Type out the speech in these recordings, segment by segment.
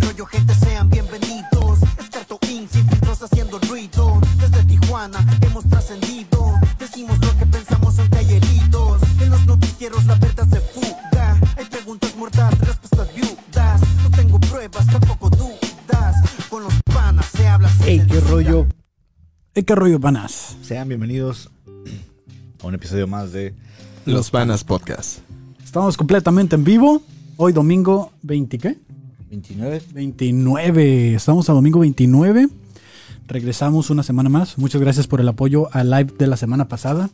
rollo, gente, sean bienvenidos. Escarto Inc, sin filtros haciendo ruido. Desde Tijuana hemos trascendido. Decimos lo que pensamos son talleritos. En los noticieros la verdad se fuga. Hay preguntas muertas, respuestas viudas. No tengo pruebas, tampoco dudas. Con los panas se habla sin Ey, qué censura. rollo. Eh, ¿Qué rollo, panas? Sean bienvenidos a un episodio más de Los Vanas Podcast. Estamos completamente en vivo. Hoy domingo 20, ¿qué? 29. 29. Estamos a domingo 29. Regresamos una semana más. Muchas gracias por el apoyo al live de la semana pasada.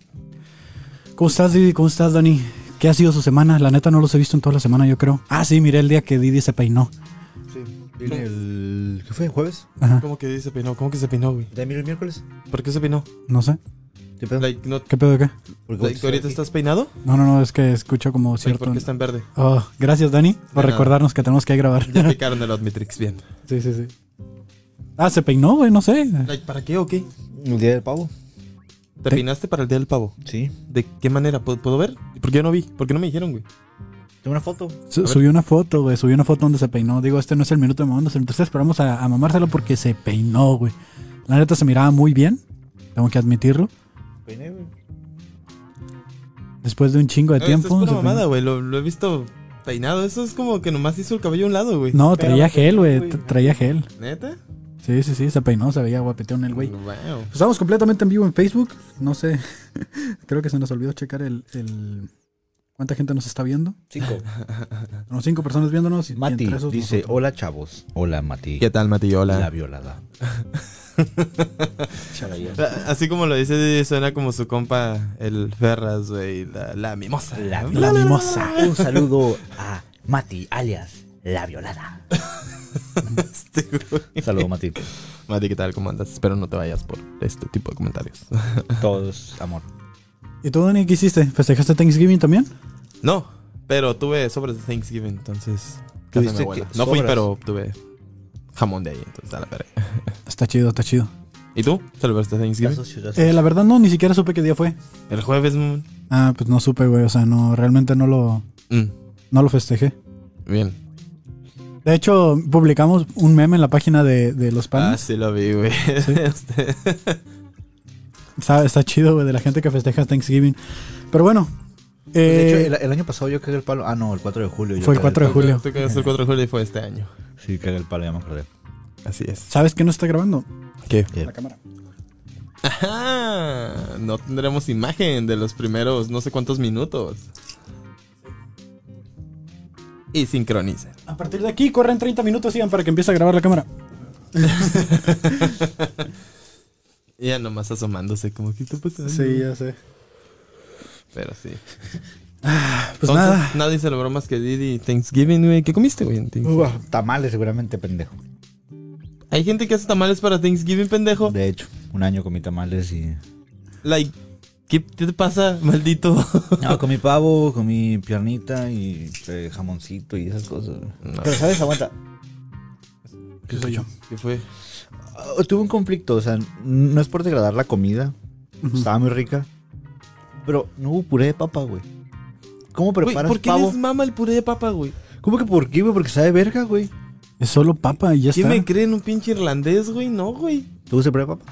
¿Cómo estás, Didi? ¿Cómo estás, Dani? ¿Qué ha sido su semana? La neta no los he visto en toda la semana, yo creo. Ah, sí, miré el día que Didi se peinó. Sí. Vine el. ¿Qué fue? ¿Jueves? Ajá, ¿Cómo que se peinó? ¿Cómo que se peinó, güey? ¿De el miércoles? ¿Por qué se peinó? no sé. ¿Qué pedo? Like, no- ¿Qué pedo de qué? Porque like, ¿Ahorita estás peinado? No, no, no, es que escucho como Porque cierto. está en verde? Oh, gracias, Dani, por nada. recordarnos que tenemos que grabar. Ya aplicaron el Admitrix, bien. Sí, sí, sí. Ah, se peinó, güey, no sé. Like, ¿Para qué o qué? ¿El día del pavo? Te- ¿Te peinaste para el Día del Pavo? Sí. ¿De qué manera? ¿Puedo, puedo ver? ¿Por qué yo no vi? ¿Por qué no me dijeron, güey? Tengo una foto. Su- Subió una foto, güey. Subió una foto donde se peinó. Digo, este no es el minuto de mamándose. Entonces esperamos a, a mamárselo porque se peinó, güey. La neta se miraba muy bien. Tengo que admitirlo. Peiné, güey. Después de un chingo de Ah, tiempo. Esto es pura se mamada, peinó. güey. Lo, lo he visto peinado. Eso es como que nomás hizo el cabello a un lado, güey. no, traía Pero- gel, güey. tra- Traía gel. ¿Neta? Sí, sí, sí. Se peinó, se veía guapetón el güey. Wow. Pues Estamos completamente en vivo en Facebook. No sé. Creo que se nos olvidó checar el. el- ¿Cuánta gente nos está viendo? Cinco. Tenemos cinco personas viéndonos. y- y Mati entre esos dice: nosotros. Hola, chavos. Hola, Mati. ¿Qué tal, Mati? La Hola. violada. Ah, Así como lo dice, suena como su compa, el Ferras, güey. La, la mimosa. La ¿no? La mimosa. Un saludo a Mati, alias La Violada. Este, güey. Saludo, Mati. Mati, ¿qué tal? ¿Cómo andas? Espero no te vayas por este tipo de comentarios. Todos, amor. "Oh". ¿Y tú, Dani, qué hiciste? ¿Festejaste Thanksgiving también? no, pero tuve sobres de Thanksgiving, entonces. casa de mi ¿Tuviste abuela. qué? No fui, ¿Sobras? pero tuve jamón de ahí, entonces a la verga. Está chido, está chido. ¿Y tú? ¿Celebraste Thanksgiving? Eh, la verdad no, ni siquiera supe qué día fue. El jueves. mm, Ah, pues no supe, güey. O sea, no, realmente no lo, mm, no lo festejé. bien. De hecho, publicamos un meme en la página de, de los Ah, panas. sí lo vi, güey. Este, Está, está chido, güey, de la gente que festeja Thanksgiving. Pero bueno, de hecho, eh, el, el año pasado yo cagué el palo. Ah, no, el 4 de julio. yo Fue el cagué 4 de palo. Julio. Tú que el 4 de julio y fue este año. Sí, cagué el palo, ya me acordé. Así es. ¿sabes qué no está grabando? ¿Qué? ¿Qué? La cámara. Ajá. No tendremos imagen de los primeros no sé cuántos minutos. Y sincronicen. A partir de aquí corren 30 minutos, sigan para que empiece a grabar la cámara. Ya nomás asomándose, como que tú pasando. ya sé. Pero sí. Pues Entonces, nada. Nadie celebró más que Didi Thanksgiving, güey. ¿Qué comiste, güey? en Thanksgiving? Uah, tamales, seguramente, pendejo. Uh. Hay gente que hace tamales para Thanksgiving, pendejo. De hecho, un año comí tamales y. Like, ¿qué qué te pasa, maldito? No, comí pavo, comí piernita y eh, jamoncito y esas cosas. No. Pero, ¿sabes? Aguanta. ¿Qué soy yo? ¿Qué fue? Ah, tuve un conflicto, o sea, n- no es por degradar la comida. Estaba muy rica. Pero no hubo puré de papa, güey. ¿Cómo Güey, preparas ¿Por qué pavo? les mama el puré de papa, güey? ¿Cómo que por qué, güey? Porque sabe verga, güey. Es solo papa y ya ¿Quién está. me creen un pinche irlandés, güey? No, güey. ¿Te gusta el puré de papa?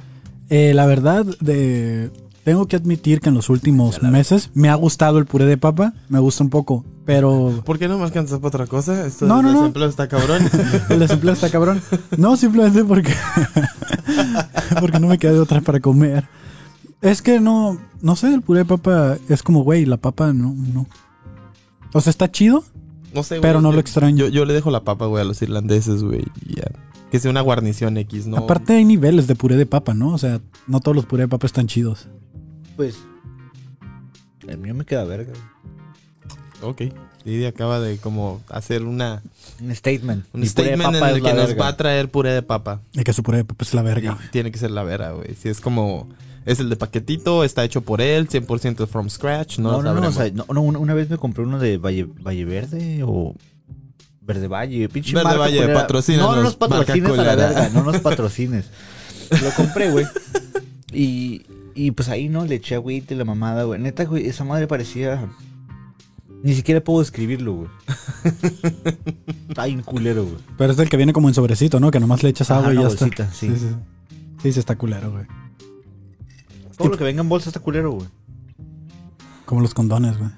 Eh, la verdad, de, tengo que admitir que en los últimos meses me ha gustado el puré de papa. Me gusta un poco, pero ¿Por qué no me alcanzas para otra cosa? Esto No, del no, no. desempleo está cabrón. El desempleo está cabrón. No, simplemente porque. porque no me queda de otra para comer. Es que no. No sé, el puré de papa es como, güey, la papa no, no. O sea, está chido, No sé, güey. pero no lo Yo- extraño. Yo, yo le dejo la papa, güey, a los irlandeses, güey. y ya. Que sea una guarnición X, ¿no? Aparte, hay niveles de puré de papa, ¿no? O sea, no todos los puré de papa están chidos. Pues. El mío me queda verga. güey. Ok. Didi acaba de como hacer una, Un statement. un Mi puré de statement en papa el es la que nos verga. va a traer puré de papa. Y que su puré de papa es la verga. Y tiene que ser la vera, güey. Si es como... Es el de paquetito, está hecho por él, 100% from scratch, No, no, no, lo no, o sabremos. sea, no, no, una una vez me compré uno de Valle, Valle Verde o Verde Valle, pinche Verde marca Valle, culera. patrocínanos, No, no nos marca patrocines a la culera. verga, no nos patrocines. Lo compré, güey. Y, y pues ahí no le eché agüita y la mamada, güey. Neta, güey, esa madre parecía Ni siquiera puedo describirlo, güey. Está bien culero, güey. Pero es el que viene como en sobrecito, ¿no? Que nomás le echas Ajá, agua y una ya está. bolsita, sí. Sí, sí, sí. Sí, sí, está culero, güey. Todo lo que venga en bolsa está culero, güey. Como los condones, güey.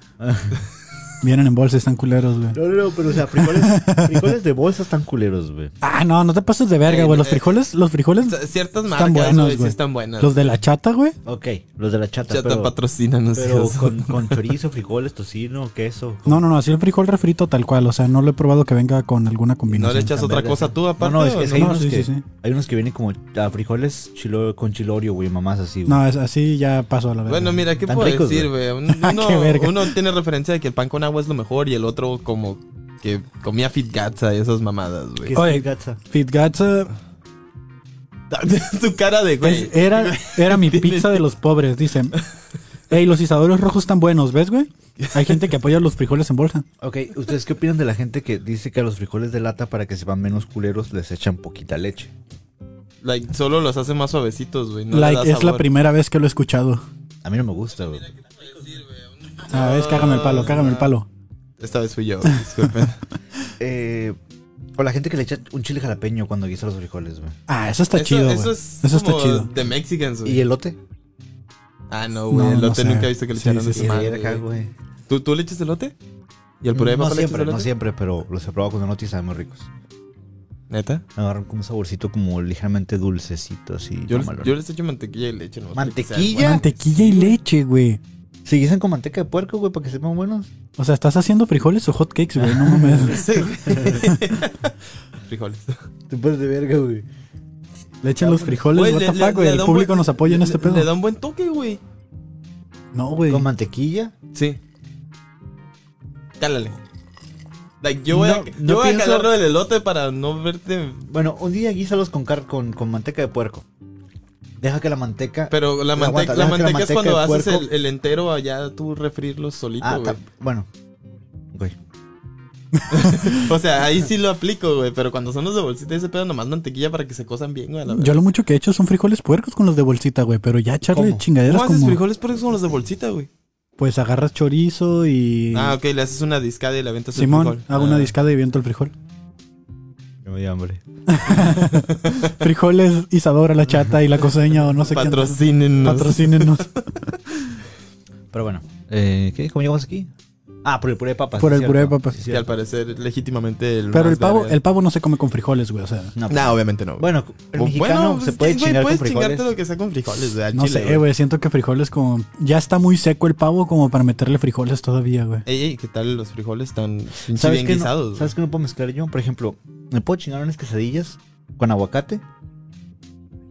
Vienen en bolsa y están culeros, güey. No, no, no, pero o sea, frijoles, frijoles de bolsa están culeros, güey. Ah, no, no te pases de verga, Eh, güey. Los eh, frijoles, los frijoles C- Ciertas están marcas, buenos, güey, sí güey. están buenas. Los de la chata, güey. Ok, los de la chata, Chata pero, patrocina, no pero con, con chorizo, frijoles, tocino, queso. No, no, no, así el frijol refrito tal cual. O sea, no lo he probado que venga con alguna ¿No combinación. le echas otra verga, cosa sí. tú aparte? no, no, es o que hay, no? unos Sí, que sí, sí. hay unos que vienen como a frijoles chilo- con chilorio, güey, mamás así, güey. No, es, así ya pasó a la verga. Bueno, mira, ¿qué Tan puedo ricos, decir, güey? Un- Ah, Uno, qué verga. uno tiene referencia de que el pan con agua es lo mejor y el otro como que comía fitgatza y esas mamadas, ¿Qué güey. es Oye. gatsa? Fitgats eh, tu cara de güey. es- era, era mi pizza de los pobres, dicen. Ey, los isadores rojos están buenos, ¿ves, güey? Hay gente que apoya los frijoles en bolsa. Ok, ¿ustedes qué opinan de la gente que dice que a los frijoles de lata para que se van menos culeros les echan poquita leche? Like, solo los hace más suavecitos, güey. No le da like, es la sabor. primera vez que lo he escuchado. A mí no me gusta, güey. A Ah. ver, cágame el palo, cágame el palo. Esta vez fui yo, disculpen. Eh, o la gente que le echa un chile jalapeño cuando guisa los frijoles, güey. Ah, eso está Eso- chido, güey. Eso Eso, es está como chido. de Mexicans, ¿Y güey. elote? Ah, no, güey. No, el no lote sé. nunca he visto que le Sí, echaron sí, de sí. su madre, verga, güey. güey. ¿Tú, ¿Tú le echas elote? ¿Y el puré de No papa le echas siempre, no elote? siempre, pero los he probado con elote y saben muy ricos. ¿Neta? Agarran con un saborcito como ligeramente dulcecito, así. Yo, les- mamalón. yo les echo mantequilla y leche. No, ¿Mantequilla? Mantequilla y leche, güey. Se guisan con manteca de puerco, güey, para que sepan buenos. O sea, ¿estás haciendo frijoles o hotcakes, güey? No mames. Sí, güey. Frijoles. Te puedes de verga, güey. Le echan los frijoles, Güey, what le- the le- fuck, le güey. da El un público buen- nos apoya en le- este Le pedo. da un buen toque, güey. No, güey. Con mantequilla. Sí. Cálale. Like, yo voy a, No, yo no voy a pienso- calarlo del elote para no verte. Bueno, un día guísalos con, car con, con manteca de puerco. Deja que la manteca. Pero la, mante- aguanta, la deja que manteca es cuando de haces puerco- el, el entero allá tú refrirlo solito, Ah, güey. ta- bueno. Güey. O sea, ahí sí lo aplico, güey. Pero cuando son los de bolsita, ese pedo nomás mantequilla para que se cosan bien, güey. a la Yo verdad. lo mucho que he hecho son frijoles puercos con los de bolsita, güey. Pero ya echarle ¿Cómo? chingaderas ¿Cómo haces como. frijoles porque son los de bolsita, güey? Pues agarras chorizo y. Ah, ok, le haces una discada y le aventas el Simón, frijol. hago una Ah. discada y viento el frijol. Yo me dio hambre. Frijoles, Isadora, la chata y la coseña o no sé qué. Patrocínenos. Patrocínenos. Pero bueno. Eh, ¿qué? ¿Cómo llegamos aquí? Ah, por el puré de papas. Por sí, el puré de cierto. papas. Sí, Que al cierto. parecer, legítimamente. El Pero el más pavo, verga. el pavo no se come con frijoles, güey. O sea, No, pues, No, obviamente no. güey. Bueno, el Bu- mexicano pues, se puede güey, chingar con puedes frijoles. chingarte lo que sea con frijoles, güey. al no chile, sé, güey. Siento que frijoles con. Ya está muy seco el pavo como para meterle frijoles todavía, güey. Ey, ey, ¿qué tal los frijoles tan pinche ¿Sabes bien qué, guisados? no, ¿Sabes qué no puedo mezclar yo? Por ejemplo, ¿me puedo chingar unas quesadillas con aguacate?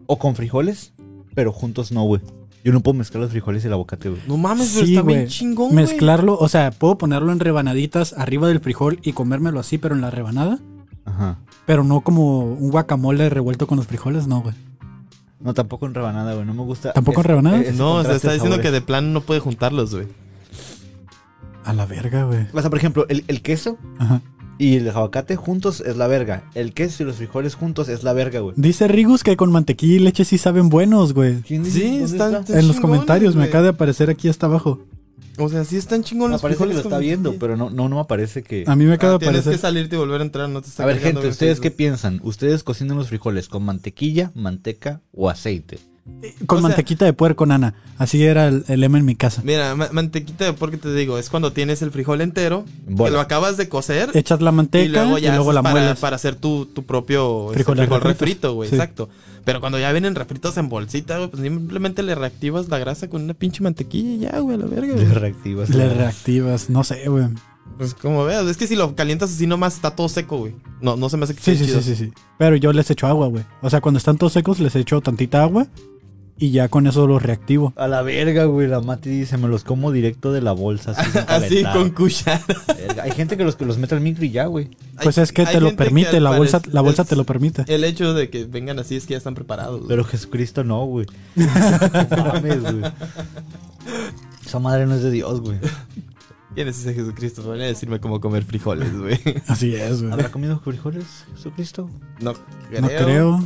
¿O con frijoles? Pero juntos no, güey. Yo no puedo mezclar los frijoles y el aguacate, güey. güey? No mames, pero Sí, está güey. bien chingón, güey. Mezclarlo, o sea, puedo ponerlo en rebanaditas arriba del frijol y comérmelo así, pero en la rebanada. Ajá. Pero no como un guacamole revuelto con los frijoles, no, güey. No, tampoco en rebanada, güey. No me gusta. ¿Tampoco en ese- rebanada? ese No, o sea, contraste está de diciendo que sabores. de plano no puede juntarlos, güey. A la verga, güey. O sea, por ejemplo, el, el queso Ajá. y el aguacate juntos es la verga. El queso y los frijoles juntos es la verga, güey. Dice Rigus que con mantequilla y leche sí saben buenos, güey. ¿Quién dice? Sí, ¿Dónde están. está? están En los chingones, comentarios me güey. acaba de aparecer aquí hasta abajo. O sea, sí están chingones Me los parece que lo frijoles. está viendo, pero no, no, no me parece que. A mí me acaba Ah, de tienes que aparecer. salirte y volver a entrar, no te está A ver, cargando gente, mi ¿ustedes qué Facebook. piensan? ¿Ustedes cocinan los frijoles con mantequilla, manteca o aceite? Con o sea- mantequita de puerco, nana. Así era el, el lema en mi casa. Mira, ma- mantequita de porque te digo, es cuando tienes el frijol entero, que Bola. Eh, lo acabas de cocer Echas la y manteca y luego luego, ya haces la para, muelas. para hacer tu, tu propio este, Frijoles frijol refritos. refrito, güey, Sí. exacto. Pero cuando ya vienen refritos en bolsita, güey, pues simplemente le reactivas la grasa con una pinche mantequilla y ya, güey, a la verga. güey. Le reactivas. Le reactivas, no sé, güey. Pues como veas, es que si lo calientas así nomás está todo seco, güey. No, no se me hace que Sí, esté sí, sí, chido. sí, sí. Pero yo les echo agua, güey. O sea, cuando están todos secos les echo tantita agua y ya con eso los reactivo. A la verga, güey. La Mati dice, me los como directo de la bolsa. Así, sin Así calentar". con cuchara. Verga, Hay gente que los, que los mete al micro y ya, güey. Pues Hay- es que hay te lo gente que permite, al la bolsa, parecer- la bolsa el- te lo permite. El hecho de que vengan así es que ya están preparados. güey. Pero Jesucristo no, güey. No mames, güey. Esa madre no es de Dios, güey. ¿Quién es ese Jesucristo? Van a decirme cómo comer frijoles, güey. Así es, güey. ¿Habrá comido frijoles, Jesucristo? No creo. No creo.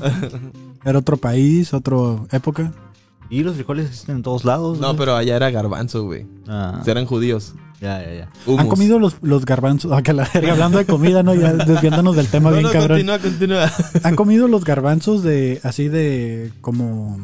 Era otro país, otra época. Y los frijoles existen en todos lados. No, güey. pero allá era garbanzo, güey. Ah. Eran judíos. Ya, ya, ya. ¿Han comido los, los garbanzos? Ah, que la verga, hablando de comida, ¿no? Ya desviándonos del tema No, bien no, cabrón. continúa, continúa. ¿Han comido los garbanzos de así de como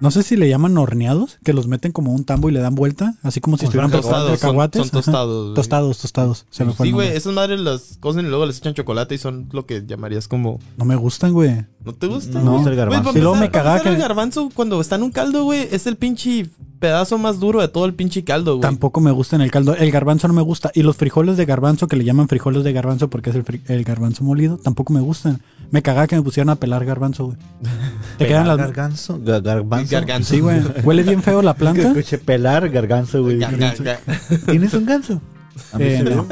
no sé si le llaman horneados, que los meten como un tambo y le dan vuelta, así como si estuvieran tostados, son- cacahuates? son Ajá. tostados, güey. Tostados, tostados. Se me fue el Sí, güey, nombre. esas madres las cocen y luego les echan chocolate y son lo que llamarías como. No me gustan, güey. ¿No te gusta? No, güey? el garbanzo. Güey, Sí, para luego me empezar- para cagaba empezar, que- El garbanzo, cuando está en un caldo, güey, es el pinche pedazo más duro de todo el pinche caldo, güey. Tampoco me gustan el caldo. El garbanzo no me gusta. Y los frijoles de garbanzo, que le llaman frijoles de garbanzo porque es el, fri- el garbanzo molido, tampoco me gustan. Me cagaba que me pusieran a pelar garbanzo, güey. Te quedan las... Garganzo, ga- garbanzo. Garganzo. Sí, güey. Huele bien feo la Que planta. escuché pelar garganzo, güey. Ga- ga- ga- ¿Tienes un ganso? A mí Eh, se me- no.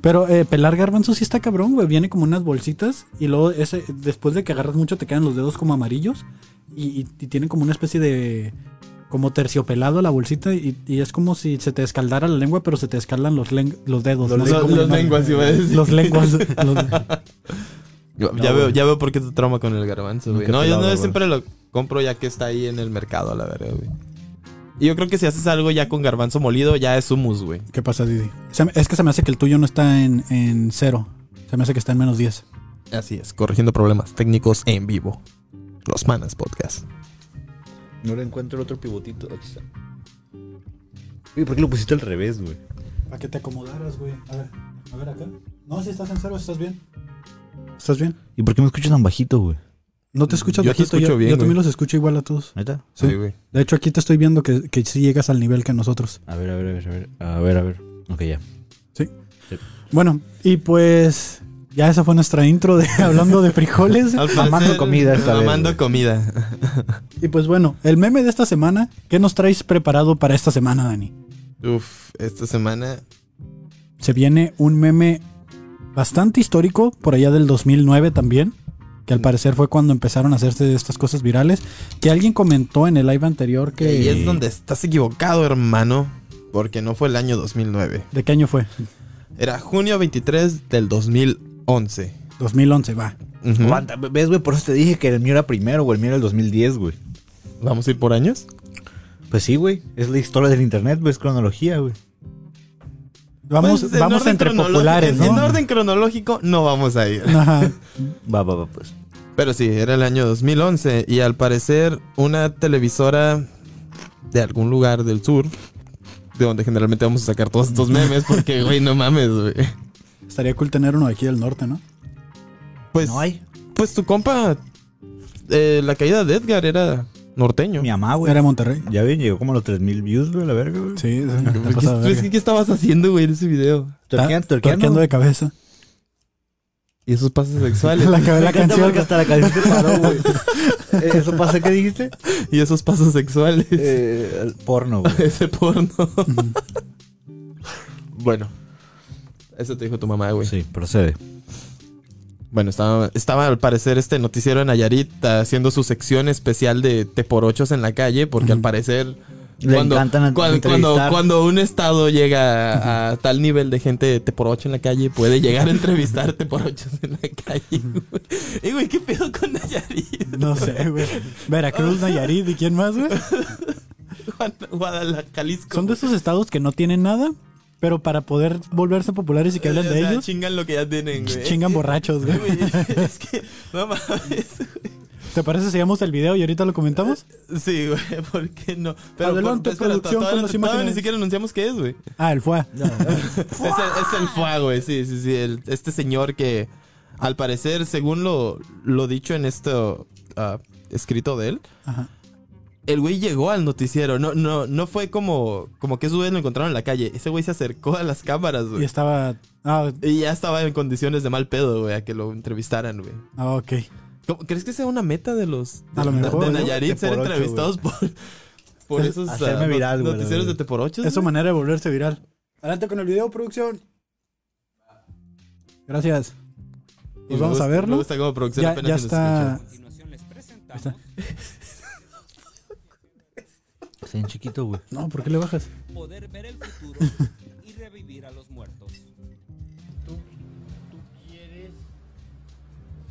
Pero eh, pelar garbanzo sí está cabrón, güey. Viene como unas bolsitas y luego ese, después de que agarras mucho te quedan los dedos como amarillos y, y- y tienen como una especie de... Como terciopelado la bolsita y, y es como si se te escaldara la lengua, pero se te escaldan los, len- los dedos. Los, no sé los- cómo los llamarlo. lenguas, iba a decir. Los lenguas. los- Yo- ya, No, veo, güey. ya veo por qué te trauma con el garbanzo, Nunca güey. he No, yo pelado no garbanzo. siempre lo compro ya que está ahí en el mercado, a la verdad, güey. Y yo creo que si haces algo ya con garbanzo molido, ya es hummus, güey. ¿Qué pasa, Didi? Se me- es que se me hace que el tuyo no está en, en cero. Se me hace que está en menos 10. Así es, corrigiendo problemas técnicos en vivo. Los Manas Podcast. No le encuentro el otro pivotito. Aquí está. Uy, ¿por qué lo pusiste al revés, güey? Para que te acomodaras, güey. A ver, a ver acá. No, si estás en cero, estás bien. ¿Estás bien? ¿Y por qué me escuchas tan bajito, güey? No te escuchas Yo te bajito. escucho yo, bien, yo güey. también los escucho igual a todos. ¿Neta? Sí. güey. De hecho, aquí te estoy viendo que, que sí llegas al nivel que nosotros. A ver, a ver, a ver, a ver. A ver, a ver. Ok, ya. Bueno, y pues ya esa fue nuestra intro de hablando de frijoles. Al Mamando parecer, comida esta vez, Mamando güey. comida. y pues bueno, el meme de esta semana, ¿qué nos traes preparado para esta semana, Dani? Uf, esta semana. se viene un meme bastante histórico, por allá del 2009 también, que al parecer fue cuando empezaron a hacerse estas cosas virales, que alguien comentó en el live anterior que... Y es donde estás equivocado, hermano. Porque no fue el año 2009. ¿De qué año fue? Era junio 23 del 2011. 2011, va. Ujú. Aguanta, ¿Ves, güey? Por eso te dije que el mío era primero, güey. El mío era el 2010, güey. ¿Vamos a ir por años? Pues sí, güey. Es la historia del internet, güey. Es cronología, güey. Vamos, Pues, en vamos orden entre cronológico- populares, En ¿no? orden cronológico no vamos a ir. Ajá. Va, va, va, pues. Pero sí, era el año 2011 y al parecer una televisora de algún lugar del sur, de donde generalmente vamos a sacar todos estos memes, porque, güey, no mames, güey. Estaría cool tener uno de aquí del norte, ¿no? Pues, no hay. pues tu compa, eh, la caída de Edgar era norteño. Mi mamá, güey. Era Monterrey. Ya ven, llegó como a los 3000 views, güey, la verga, güey. Sí, sí, te ¿Qué, ha pasado de qué- verga. qué estabas haciendo, güey, en ese video? Torqueando, Está torqueando de cabeza. Y esos pasos sexuales. La, la canción. que hasta la canción se paró, güey. Eh, ¿Eso pasa qué dijiste? y esos pasos sexuales. Eh, el porno, güey. Ese porno. bueno. Eso te dijo tu mamá, güey. Sí, procede. Bueno, estaba, estaba al parecer este noticiero en Nayarit haciendo su sección especial de te por ochos en la calle, porque al parecer. Le encantan a- cuando, cuando, entrevistar. cuando un estado llega a tal nivel de gente de te por ocho en la calle, puede llegar a entrevistarte por ochos en la calle. güey. Ey, güey, ¿qué pedo con Nayarit? No sé, güey. Veracruz, Nayarit y quién más, güey. Guad- Guadalajara, Jalisco. Son de esos estados que no tienen nada, pero para poder volverse populares y que hablen O de sea, ellos, pues, Chingan lo que ya tienen, güey. chingan borrachos, güey. Güey, es que, no mames. ¿Te parece si vemos el video y ahorita lo comentamos? Sí, güey, ¿por qué no? Pero Adelante, por- espera, producción, todavía con no- las todavía ni imágenes. siquiera anunciamos qué es, güey. Ah, el fue. Es el, es el FUA, güey, sí, sí, sí. el- este señor que, al parecer, según lo, lo dicho en esto ah, escrito de él, Ajá. el güey llegó al noticiero. No, no, no fue como, como que su güey lo encontraron en la calle. Ese güey se acercó a las cámaras, Y güey. estaba. Ah, Y ya estaba en condiciones de mal pedo, güey, a que lo entrevistaran, güey. ah, ok. ¿Cómo- ¿Crees que sea una meta de los de, A lo de- mejor, de ¿no? Nayarit Te ser por ocho, entrevistados por, por Es- esos hacerme ah, no- viral, güey, la noticieros de verdad. Teporochos? Es su güey? manera de volverse viral. Adelante con el video, producción. Gracias. Y Pues me vamos a gusta- verlo. Me gusta como producción Ya, apenas ya se nos está. escucha. continuación les presentamos Ahí Está bien chiquito, güey. No, ¿por qué le bajas? poder ver el futuro y revivir a los muertos. tú, tú quieres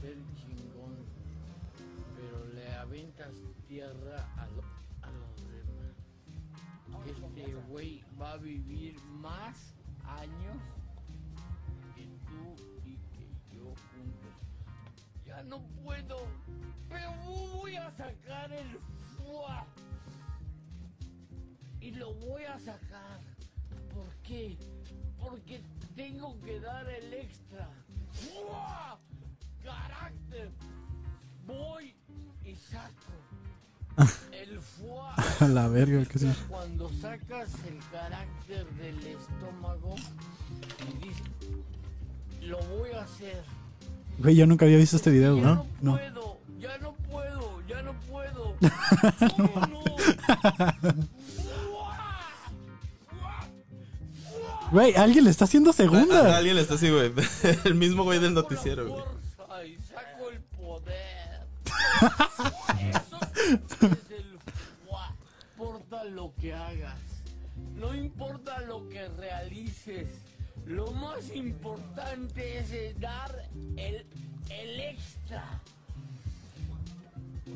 ser chingón, pero le aventas tierra a, lo- a los demás. Este güey va a vivir más años que tú y que yo juntos. Ya no puedo, pero voy a sacar el fuá. Y lo voy a sacar. ¿Por qué? Porque tengo que dar el extra. ¡Fua! ¡Carácter! Voy y saco. El fuá. A la verga, qué sé. Cuando sacas el carácter del estómago y dices, lo voy a hacer. Güey, yo nunca había visto este video, ya no, ¿no? No. puedo, ya no puedo, ya no puedo. ¿Cómo no? ¡Fua! ¡Fua! Güey, alguien le está haciendo A- a- segunda. Alguien le está así, güey. El mismo güey del Saco la noticiero, güey. fuerza Y saco el poder. Eso es el fuá. Importa lo que hagas. No importa lo que realices. Lo más importante es el dar el, el extra.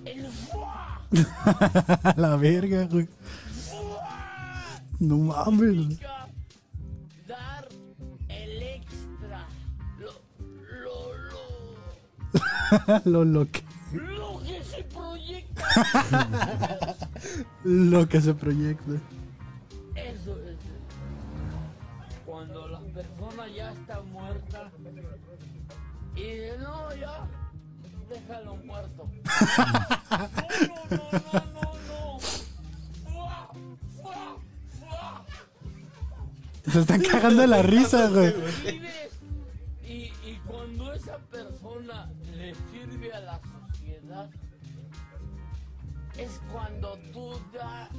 El fuá. ah. A la verga, güey. No mames. significa dar el extra. Lo, lo, lo, Lo, lo, que, lo que se proyecta. lo que se proyecta. Eso es. Cuando la persona ya está muerta y dice, no, ya, déjalo muerto. No, no, no, no, no, no. Fua, fua, fua. Se están cagando de la risa, güey. Vives. Y, y cuando esa persona le sirve a la sociedad, es cuando tú das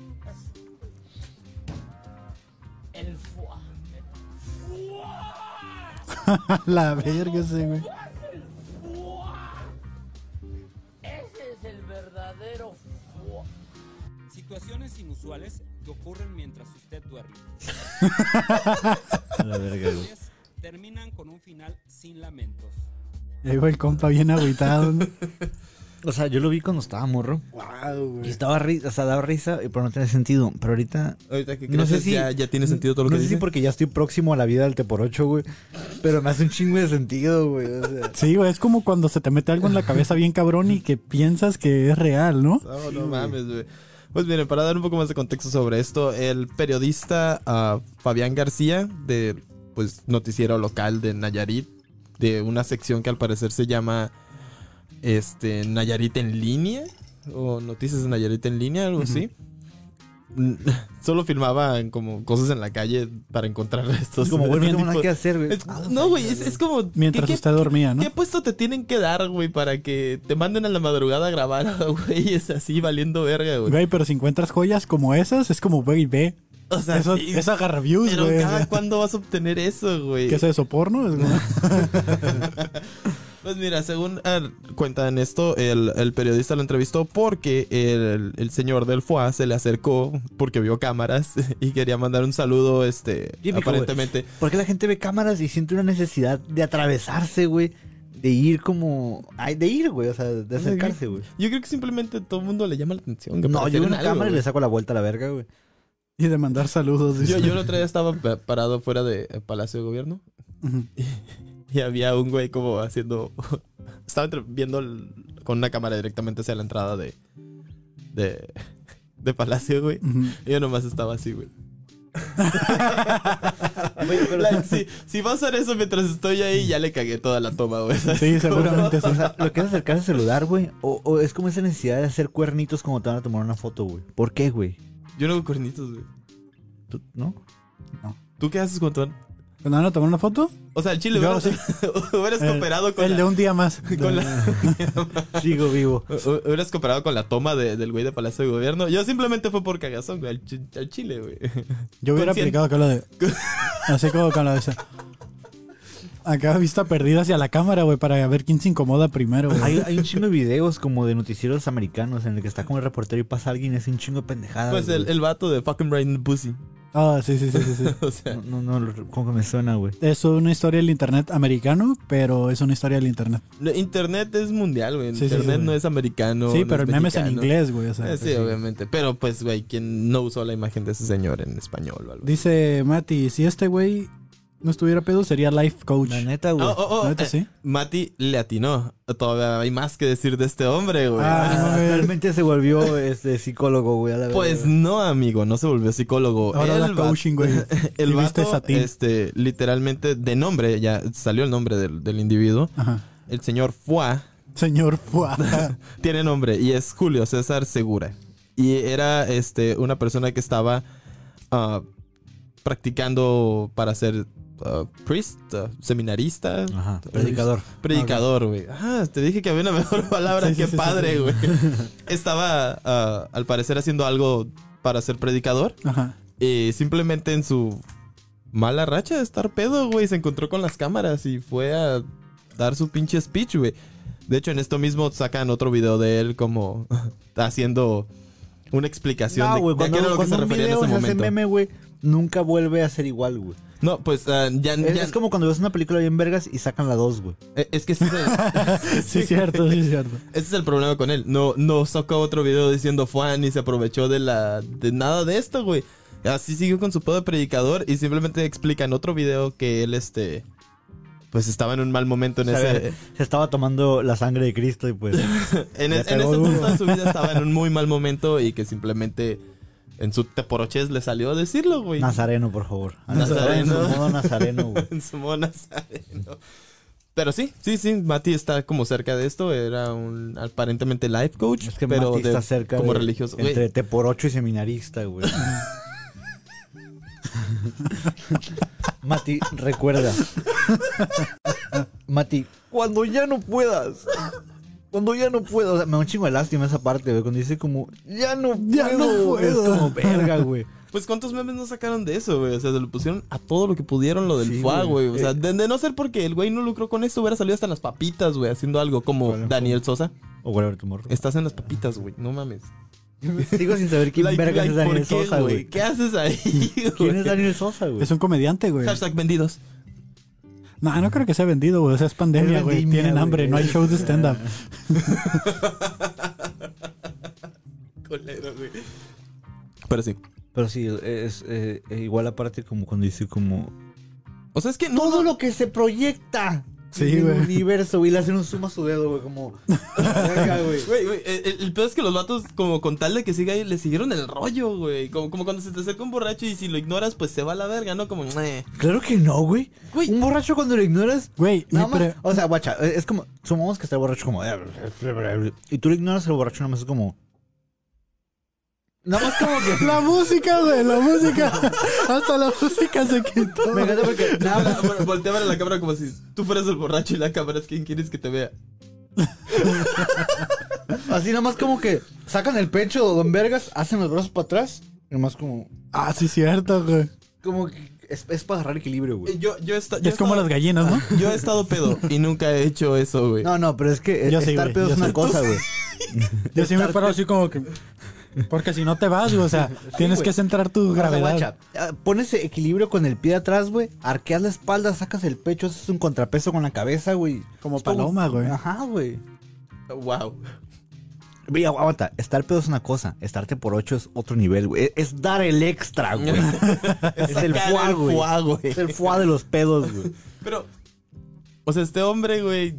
el fuá. ¡Fuá! A la verga, ese, güey. ¡Haz el fuá! Ese es el verdadero fuá. Situaciones inusuales que ocurren mientras usted duerme. A la verga, güey. Historias terminan con un final sin lamentos. Ahí va el compa bien agüitado. ¿no? O sea, yo lo vi cuando estaba morro. Y estaba risa, o sea, daba risa, eh, pero no tenía sentido. Pero ahorita. Ahorita que No sé creces si- ya, ya tiene sentido todo lo no que sé dice. si porque ya estoy próximo a la vida del T por 8, güey. Pero me hace un chingo de sentido, güey. O sea, Sí, güey, es como cuando se te mete algo en la cabeza bien cabrón y que piensas que es real, ¿no? No, no mames, güey. Pues miren, para dar un poco más de contexto sobre esto, el periodista ah, Fabián García, de pues noticiero local de Nayarit, de una sección que al parecer se llama este Nayarit en línea o Noticias de Nayarit en línea, algo así. Mm, Solo filmaban como cosas en la calle para encontrar estos. es como, güey, no este tengo nada tipo- que hacer, güey. Ah, Es- no, güey, es, es como. Mientras ¿qué- qué usted dormía, ¿no? ¿Qué puesto te tienen que dar, güey, para que te manden a la madrugada a grabar, güey? Es así, valiendo verga, güey. Güey, pero si encuentras joyas como esas, es como, güey, ve. O sea, eso, sí, eso agarra views, pero güey. o cada sea, cuándo vas a obtener eso, güey. ¿Qué es eso, porno? Es como- Pues mira, según ah, cuentan esto, el, el periodista lo entrevistó porque el, el señor del FOA se le acercó porque vio cámaras y quería mandar un saludo, este, Típico, aparentemente. Porque la gente ve cámaras y siente una necesidad de atravesarse, güey. De ir como. Ay, de ir, güey. O sea, de acercarse, güey. Yo creo que simplemente todo el mundo le llama la atención. que No, aparecer yo veo en una algo, cámara y güey. le saco la vuelta a la verga, güey. y de mandar saludos. Yo, dice. yo el otro día estaba pa- parado fuera de eh, Palacio de Gobierno Ujú. y había un güey como haciendo. Estaba entre- viendo el- con una cámara directamente hacia la entrada de. de. de Palacio, güey. Ujú. Y yo nomás estaba así, güey. Like, si, si va a hacer eso mientras estoy ahí, ya le cagué toda la toma, güey. ¿sabes? Sí, seguramente sí. O sea, lo que es acercarse al celular, güey. O, o es como esa necesidad de hacer cuernitos cuando te van a tomar una foto, güey. ¿Por qué, güey? Yo no hago cuernitos, güey. ¿Tú- ¿No? ¿Tú qué haces con tu.? ¿Cuando van a tomar una foto? O sea, el chile, Yo hubieras, hubieras El- cooperado con El la- de un día más. con la... Sigo vivo. Hu- Hubieras comparado con la toma de- del güey de Palacio de Gobierno. Yo simplemente fue por cagazón, güey, al, chi- al chile, güey. Yo hubiera Consciente. aplicado con lo de. Así como con la de esa. Acá vista perdida hacia la cámara, güey, para ver quién se incomoda primero, güey. Hay, hay un chingo de videos como de noticieros americanos en el que está como el reportero y pasa alguien y hace un chingo de pendejadas. Pues el, güey. el vato de fucking Brain Pussy. Ah, sí, sí, sí, sí, sí. o sea, No, no, no, como que me suena, güey. Es una historia del internet americano, pero es una historia del internet. lo- internet es mundial, güey. Sí, sí, internet sí, no güey. es americano. sí, no pero el meme es en mexicano. inglés, güey. O sea, Eh, sí, obviamente. Pero pues, güey, ¿quién no usó la imagen de ese señor en español o algo? Dice Mati, si este güey no estuviera pedo, sería life coach. La neta, güey. Oh, oh, oh, La neta, eh, sí. Mati le atinó. Todavía hay más que decir de este hombre, güey. Ah, Ah, no, güey. realmente se volvió este psicólogo, güey. a la Pues verga. no, amigo, no se volvió psicólogo. Ahora el da va- coaching, güey. El Y viste vato, satín. este, literalmente, de nombre, ya salió el nombre del, del individuo. Ajá. El señor Fua Señor Fua. tiene nombre y es Julio César Segura. Y era este, una persona que estaba ah, practicando para ser ah, priest, ah, seminarista, Ajá, predicador. Predicador, güey. Ah, te dije que había una mejor palabra. Sí, sí, Qué sí, sí, sí. padre, güey. Estaba, ah, al parecer, haciendo algo para ser predicador. Ajá. Y simplemente en su mala racha de estar pedo, güey, se encontró con las cámaras y fue a dar su pinche speech, güey. De hecho, en esto mismo sacan otro video de él como haciendo una explicación No, de, güey, de a qué cuando, era lo que cuando se un refería en video ese se hace momento. meme, güey, nunca vuelve a ser igual, güey. No, pues ah, ya, Es, ya- es como cuando ves una película bien vergas y sacan la dos, güey. eh, es que sí se- Sí, es cierto, sí, es cierto. Ese es el problema con él. No, no sacó otro video diciendo fan y se aprovechó de la. de nada de esto, güey. Así siguió con su pedo de predicador y simplemente explica en otro video que él este. Pues estaba en un mal momento en O sea, ese. Se estaba tomando la sangre de Cristo y pues... En, le es- en pegó ese duro. punto de su vida estaba en un muy mal momento y que simplemente en su teporoches le salió a decirlo, güey. Nazareno, por favor. Nazareno. En su modo nazareno, güey. en su mona Nazareno. Pero sí, sí, sí, Mati está como cerca de esto. Era un aparentemente life coach, Es que pero Mati de- está cerca como de- religioso. güey. Entre te por ocho y seminarista, güey. Mati, recuerda. Mati, cuando ya no puedas. Cuando ya no puedas. O sea, me da un chingo de lástima esa parte, güey. Cuando dice como, ya no puedo. Ya no güey. Es puedo. como verga, güey. Pues cuántos memes no sacaron de eso, güey. O sea, se lo pusieron a todo lo que pudieron lo del Sí, FUA, güey. Eh. güey. O sea, de, de no ser porque el güey no lucró con esto, hubiera salido hasta en las papitas, güey, haciendo algo como Bueno, Daniel Sosa. O whatever tomorrow. Estás en las papitas, güey. No mames. Sigo sin saber quién Like, verga like, es Daniel ¿por qué, Sosa, güey. ¿Qué haces ahí, ¿Quién es güey? Daniel Sosa, güey? Es un comediante, güey. Hashtag vendidos. No, no creo que sea vendido, güey. O sea, es pandemia, Es güey. vendimia, Tienen güey. hambre, no hay shows de stand-up. Colero, güey. Pero sí. Pero sí, es eh, eh, igual aparte como cuando dice como... O sea, es que no. Todo lo que se proyecta Sí, en güey. el universo, güey, le hacen un zoom a su dedo, güey, como... Verga, güey. Güey, güey, el, el- el pedo es que los vatos, como con tal de que siga ahí, le siguieron el rollo, güey. Como, como cuando se te acerca un borracho y si lo ignoras, pues se va a la verga, ¿no? Como, "Meh". Claro que no, güey. Güey. Un borracho cuando lo ignoras... Güey, Nada mi más, pre- o sea, guacha, eh, es como, sumamos que está el borracho como... "Eh, Y tú lo ignoras al borracho nada más como... Nada más como que... La música, güey, la música. Hasta la música se quitó. Me encanta porque nada más... Vol- Voltea a ver a la cámara como si tú fueras el borracho y la cámara es quien quieres que te vea. Así nada más como que sacan el pecho, don Vergas, hacen los brazos para atrás. Nada más como... Ah, sí, cierto, güey. Como que es, es para agarrar equilibrio, güey. Eh, Yo, yo, esta- yo he Es como las estado- gallinas, ¿no? Yo he estado pedo y nunca he hecho eso, güey. No, no, pero es que eh, Yo sí, estar güey, pedo yo es una sí. cosa, güey. Yo sí me paro así como que. Porque si no te vas, güey, o sea, tienes güey. que centrar tu Gravedad. Ah, gravedad. pones equilibrio con el pie atrás, güey. Arqueas la espalda, sacas el pecho, haces un contrapeso con la cabeza, güey. Como Es paloma, güey. Ajá, güey. Wow. Ve, agu- aguanta, estar pedo es una cosa, estarte por ocho es otro nivel, güey. Es, es dar el extra, güey. es el Sacar fuá, el güey. fuá, güey. Es el fuá de los pedos, güey. Pero, o sea, este hombre, güey.